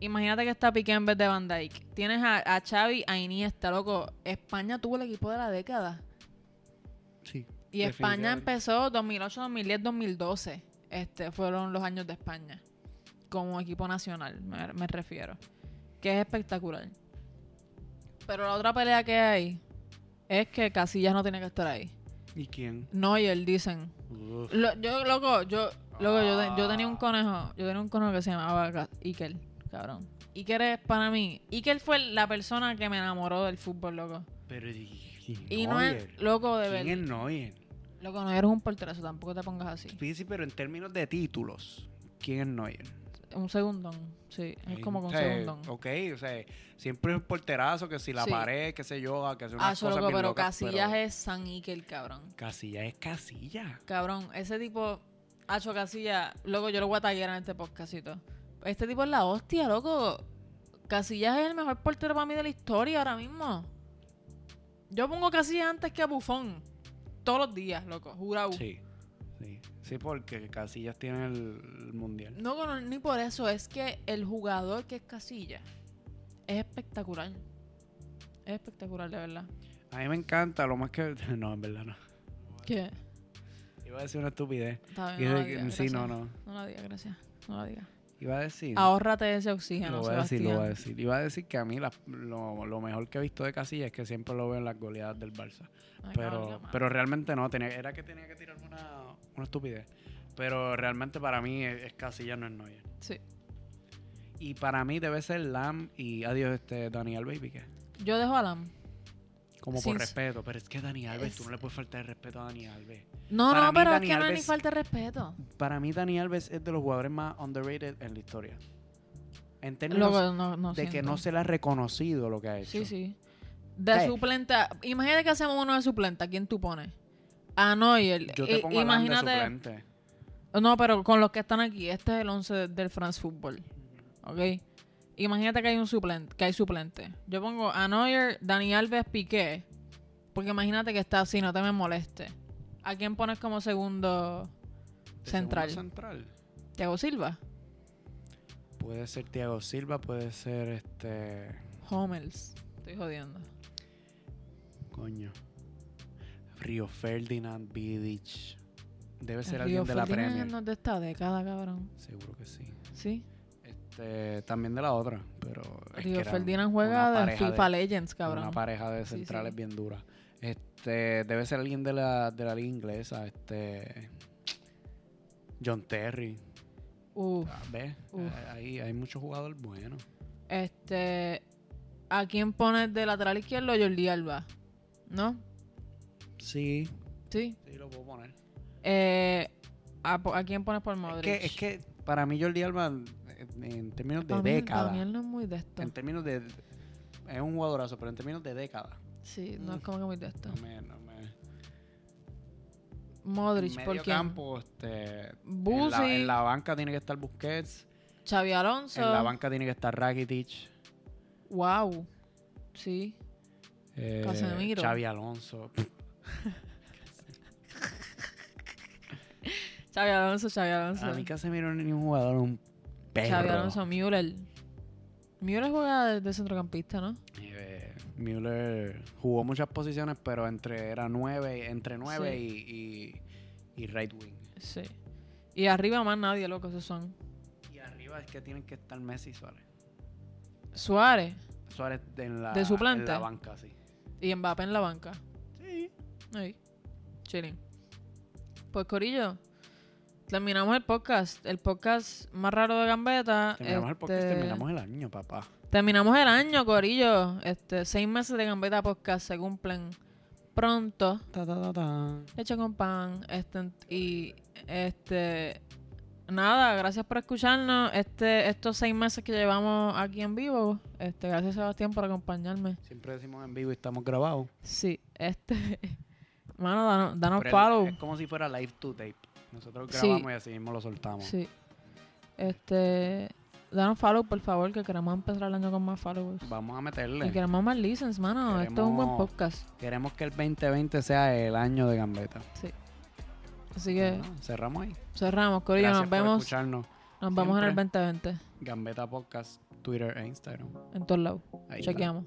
Speaker 1: Imagínate que está Piqué en vez de Van Dyke. Tienes a, a Xavi, a Iniesta, loco. España tuvo el equipo de la década.
Speaker 2: Sí.
Speaker 1: Y España
Speaker 2: Definitivamente.
Speaker 1: empezó 2008, 2010, 2012. Este, fueron los años de España. Como equipo nacional, me, me refiero. Que es espectacular. Pero la otra pelea que hay es que Casillas no tiene que estar ahí.
Speaker 2: ¿Y quién?
Speaker 1: Neuer, dicen.
Speaker 2: Uf.
Speaker 1: Lo- yo, loco, yo, loco yo, te- yo tenía un
Speaker 2: Ah.
Speaker 1: conejo. Yo tenía un conejo que se llamaba Ca- Iker, cabrón. Iker es para mí. Iker fue la persona que me enamoró del fútbol, loco.
Speaker 2: Pero y,
Speaker 1: Y no es,
Speaker 2: Neuer.
Speaker 1: loco, de
Speaker 2: ¿Quién
Speaker 1: verdad.
Speaker 2: es Neuer?
Speaker 1: Loco, no eres un porterazo, tampoco te pongas así.
Speaker 2: Sí, sí, pero en términos de títulos, ¿quién es Neuer?
Speaker 1: Un segundón, sí. Es como con
Speaker 4: O
Speaker 1: un
Speaker 4: sea,
Speaker 1: segundón.
Speaker 2: Ok, o sea, siempre es un porterazo que si la
Speaker 1: Sí.
Speaker 2: pared, que se yo, que hace unas
Speaker 1: Ah, eso
Speaker 2: cosas
Speaker 1: loco,
Speaker 2: bien
Speaker 1: pero
Speaker 2: locas,
Speaker 1: Casillas
Speaker 2: pero-
Speaker 1: es San Iker, cabrón.
Speaker 2: Casillas es Casillas.
Speaker 1: Cabrón, ese tipo, Hacho Casillas, loco, yo lo voy a taggear en este podcastito. Este tipo es la hostia, loco. Casillas es el mejor portero para mí de la historia ahora mismo. Yo pongo Casillas antes que a Bufón. Todos los días, loco, jurado.
Speaker 2: Sí, sí. Sí, porque Casillas tiene el mundial.
Speaker 1: No, no, ni por eso, es que el jugador que es Casillas es espectacular. Es espectacular, de verdad.
Speaker 2: A mí me encanta, lo más que. No, en verdad no.
Speaker 1: ¿Qué?
Speaker 2: Iba a decir una estupidez.
Speaker 1: Está
Speaker 2: Y
Speaker 1: bien, no la
Speaker 2: de-
Speaker 1: digas,
Speaker 2: sí, no,
Speaker 1: Ah, gracias.
Speaker 2: no.
Speaker 1: No la digas, gracias. No la digas.
Speaker 2: Iba a decir.
Speaker 1: Ahórrate ese oxígeno,
Speaker 2: lo voy a decir, lo voy a
Speaker 1: Sebastián.
Speaker 2: decir. Iba a decir que a mí las- lo, lo mejor que he visto de Casillas es que siempre lo veo en las goleadas del Barça.
Speaker 1: Ay,
Speaker 2: Pero,
Speaker 1: cabrón, la
Speaker 2: pero realmente no, tenía, era que tenía que tirar una, una estupidez. Pero realmente para mí es, es Casillas, no es Neuer.
Speaker 1: madre. Sí.
Speaker 2: Y para mí debe ser Lam y adiós este Dani Alves y Piqué.
Speaker 1: Yo dejo a Lam.
Speaker 2: Como
Speaker 1: Sí,
Speaker 2: por
Speaker 1: sí.
Speaker 2: respeto, pero es que Dani Alves, tú
Speaker 1: Es-
Speaker 2: no le puedes faltar el respeto a Dani Alves.
Speaker 1: No,
Speaker 2: Para
Speaker 1: no,
Speaker 2: mí,
Speaker 1: pero
Speaker 2: Dani
Speaker 1: es que no es ni
Speaker 2: Alves-
Speaker 1: falta de respeto.
Speaker 2: Para mí Dani Alves es de los jugadores más underrated en la historia. En términos
Speaker 1: Loco, no, no
Speaker 2: de que
Speaker 1: siento.
Speaker 2: no se le ha reconocido lo que ha hecho.
Speaker 1: Sí, sí. De
Speaker 2: Sí.
Speaker 1: suplenta. Imagínate que hacemos uno de suplenta. ¿Quién tú pones? A Neuer.
Speaker 2: Yo te
Speaker 1: I-
Speaker 2: pongo a Lam de
Speaker 1: imagínate.
Speaker 2: suplente.
Speaker 1: No, pero con los que están aquí. Este es el 11 del France Football. ¿Ok? Imagínate que hay un suplente, que hay suplente. Yo pongo a Neuer, Dani Alves, Piqué. Porque imagínate que está así, no te me moleste. ¿A quién pones como segundo
Speaker 2: De
Speaker 1: Central.
Speaker 2: segundo central.
Speaker 1: Thiago Silva?
Speaker 2: Puede ser Thiago Silva, puede ser este.
Speaker 1: Homels. Estoy jodiendo.
Speaker 2: Coño. Río Ferdinand, Vidic. Debe ser
Speaker 1: Río
Speaker 2: alguien de la
Speaker 1: Ferdinand
Speaker 2: Premier.
Speaker 1: no es de esta década, cabrón.
Speaker 2: Seguro que sí.
Speaker 1: Sí.
Speaker 2: Este, también de la otra, pero. es que
Speaker 1: Río
Speaker 2: era
Speaker 1: Ferdinand
Speaker 2: una
Speaker 1: juega de
Speaker 2: pareja de-
Speaker 1: FIFA Legends, cabrón.
Speaker 2: Una pareja de
Speaker 1: Sí,
Speaker 2: centrales
Speaker 1: sí.
Speaker 2: bien dura. Este, debe ser alguien de la, de la liga inglesa, este. John Terry.
Speaker 1: Uf.
Speaker 2: Ah, ¿Ves?
Speaker 1: Uf.
Speaker 2: Eh, Ahí hay muchos jugadores buenos.
Speaker 1: Este. ¿A quién pones de lateral izquierdo? Jordi Alba. ¿No?
Speaker 2: Sí.
Speaker 1: Sí.
Speaker 2: Sí, lo puedo poner.
Speaker 1: Eh, ¿a, po- a quién pones por Modric?
Speaker 2: Es que, es que para mí Jordi Alba, en, en términos de
Speaker 1: Para mí-
Speaker 2: década.
Speaker 1: para mí él no es muy de esto.
Speaker 2: En términos de. Es un jugadorazo, pero en términos de década.
Speaker 1: Sí, no
Speaker 2: Mm.
Speaker 1: es como que muy de esto.
Speaker 2: No me. No me
Speaker 1: Modric,
Speaker 2: en
Speaker 1: ¿por
Speaker 2: medio
Speaker 1: quién?
Speaker 2: campo, este. En
Speaker 1: Busi,
Speaker 2: la, en la banca tiene que estar Busquets.
Speaker 1: Xavi Alonso.
Speaker 2: En la banca tiene que estar Rakitic.
Speaker 1: Wow. Sí.
Speaker 2: eh,
Speaker 1: Casemiro.
Speaker 2: Xavi Alonso.
Speaker 1: Xavi Alonso, Xavi Alonso.
Speaker 2: A mí Casemiro no es ni un jugador, un perro.
Speaker 1: Xavi Alonso, Müller. Müller juega de, de centrocampista, ¿no?
Speaker 2: Eh, Müller jugó muchas posiciones, pero entre era nueve, entre nueve y, y, y right wing.
Speaker 1: Sí. Y arriba más nadie, loco, esos son.
Speaker 2: Y arriba es que tienen que estar Messi y Suárez.
Speaker 1: Suárez
Speaker 2: Suárez en la,
Speaker 1: ¿De suplente?
Speaker 2: en la banca, sí.
Speaker 1: y Mbappé en la banca.
Speaker 2: Sí.
Speaker 1: Ahí. Chilling. Pues Corillo, terminamos el podcast. El podcast más raro de Gambeta.
Speaker 2: Terminamos el podcast,
Speaker 1: este,
Speaker 2: terminamos el año, papá.
Speaker 1: terminamos el año, Corillo. Este, seis meses de Gambeta Podcast se cumplen pronto.
Speaker 2: Ta, ta, ta, ta.
Speaker 1: Leche con pan. Este, y este. Nada, gracias por escucharnos. Este, estos seis meses que llevamos aquí en vivo. Este, gracias Sebastián por acompañarme.
Speaker 2: Siempre decimos en vivo y estamos grabados.
Speaker 1: Sí, este. Mano, danos, danos
Speaker 2: Pero es-
Speaker 1: follow.
Speaker 2: Es como si fuera live to tape. Nosotros
Speaker 1: Sí.
Speaker 2: grabamos y así mismo lo soltamos.
Speaker 1: Sí. Este. Danos follow, por favor, que queremos empezar el año con más followers.
Speaker 2: Vamos a
Speaker 1: Y
Speaker 2: meterle.
Speaker 1: queremos más listens, mano. Esto es un buen
Speaker 2: Queremos-
Speaker 1: podcast.
Speaker 2: Queremos que el 2020 sea el año de Gambeta.
Speaker 1: Así que
Speaker 2: Bueno, cerramos ahí.
Speaker 1: cerramos, Corillo.
Speaker 2: Gracias
Speaker 1: Nos
Speaker 2: por
Speaker 1: vemos.
Speaker 2: escucharnos.
Speaker 1: Nos vemos en el
Speaker 2: siempre.
Speaker 1: 2020.
Speaker 2: Gambeta Podcast, Twitter e Instagram.
Speaker 1: En todos lados.
Speaker 2: Ahí está.
Speaker 1: Chequeamos.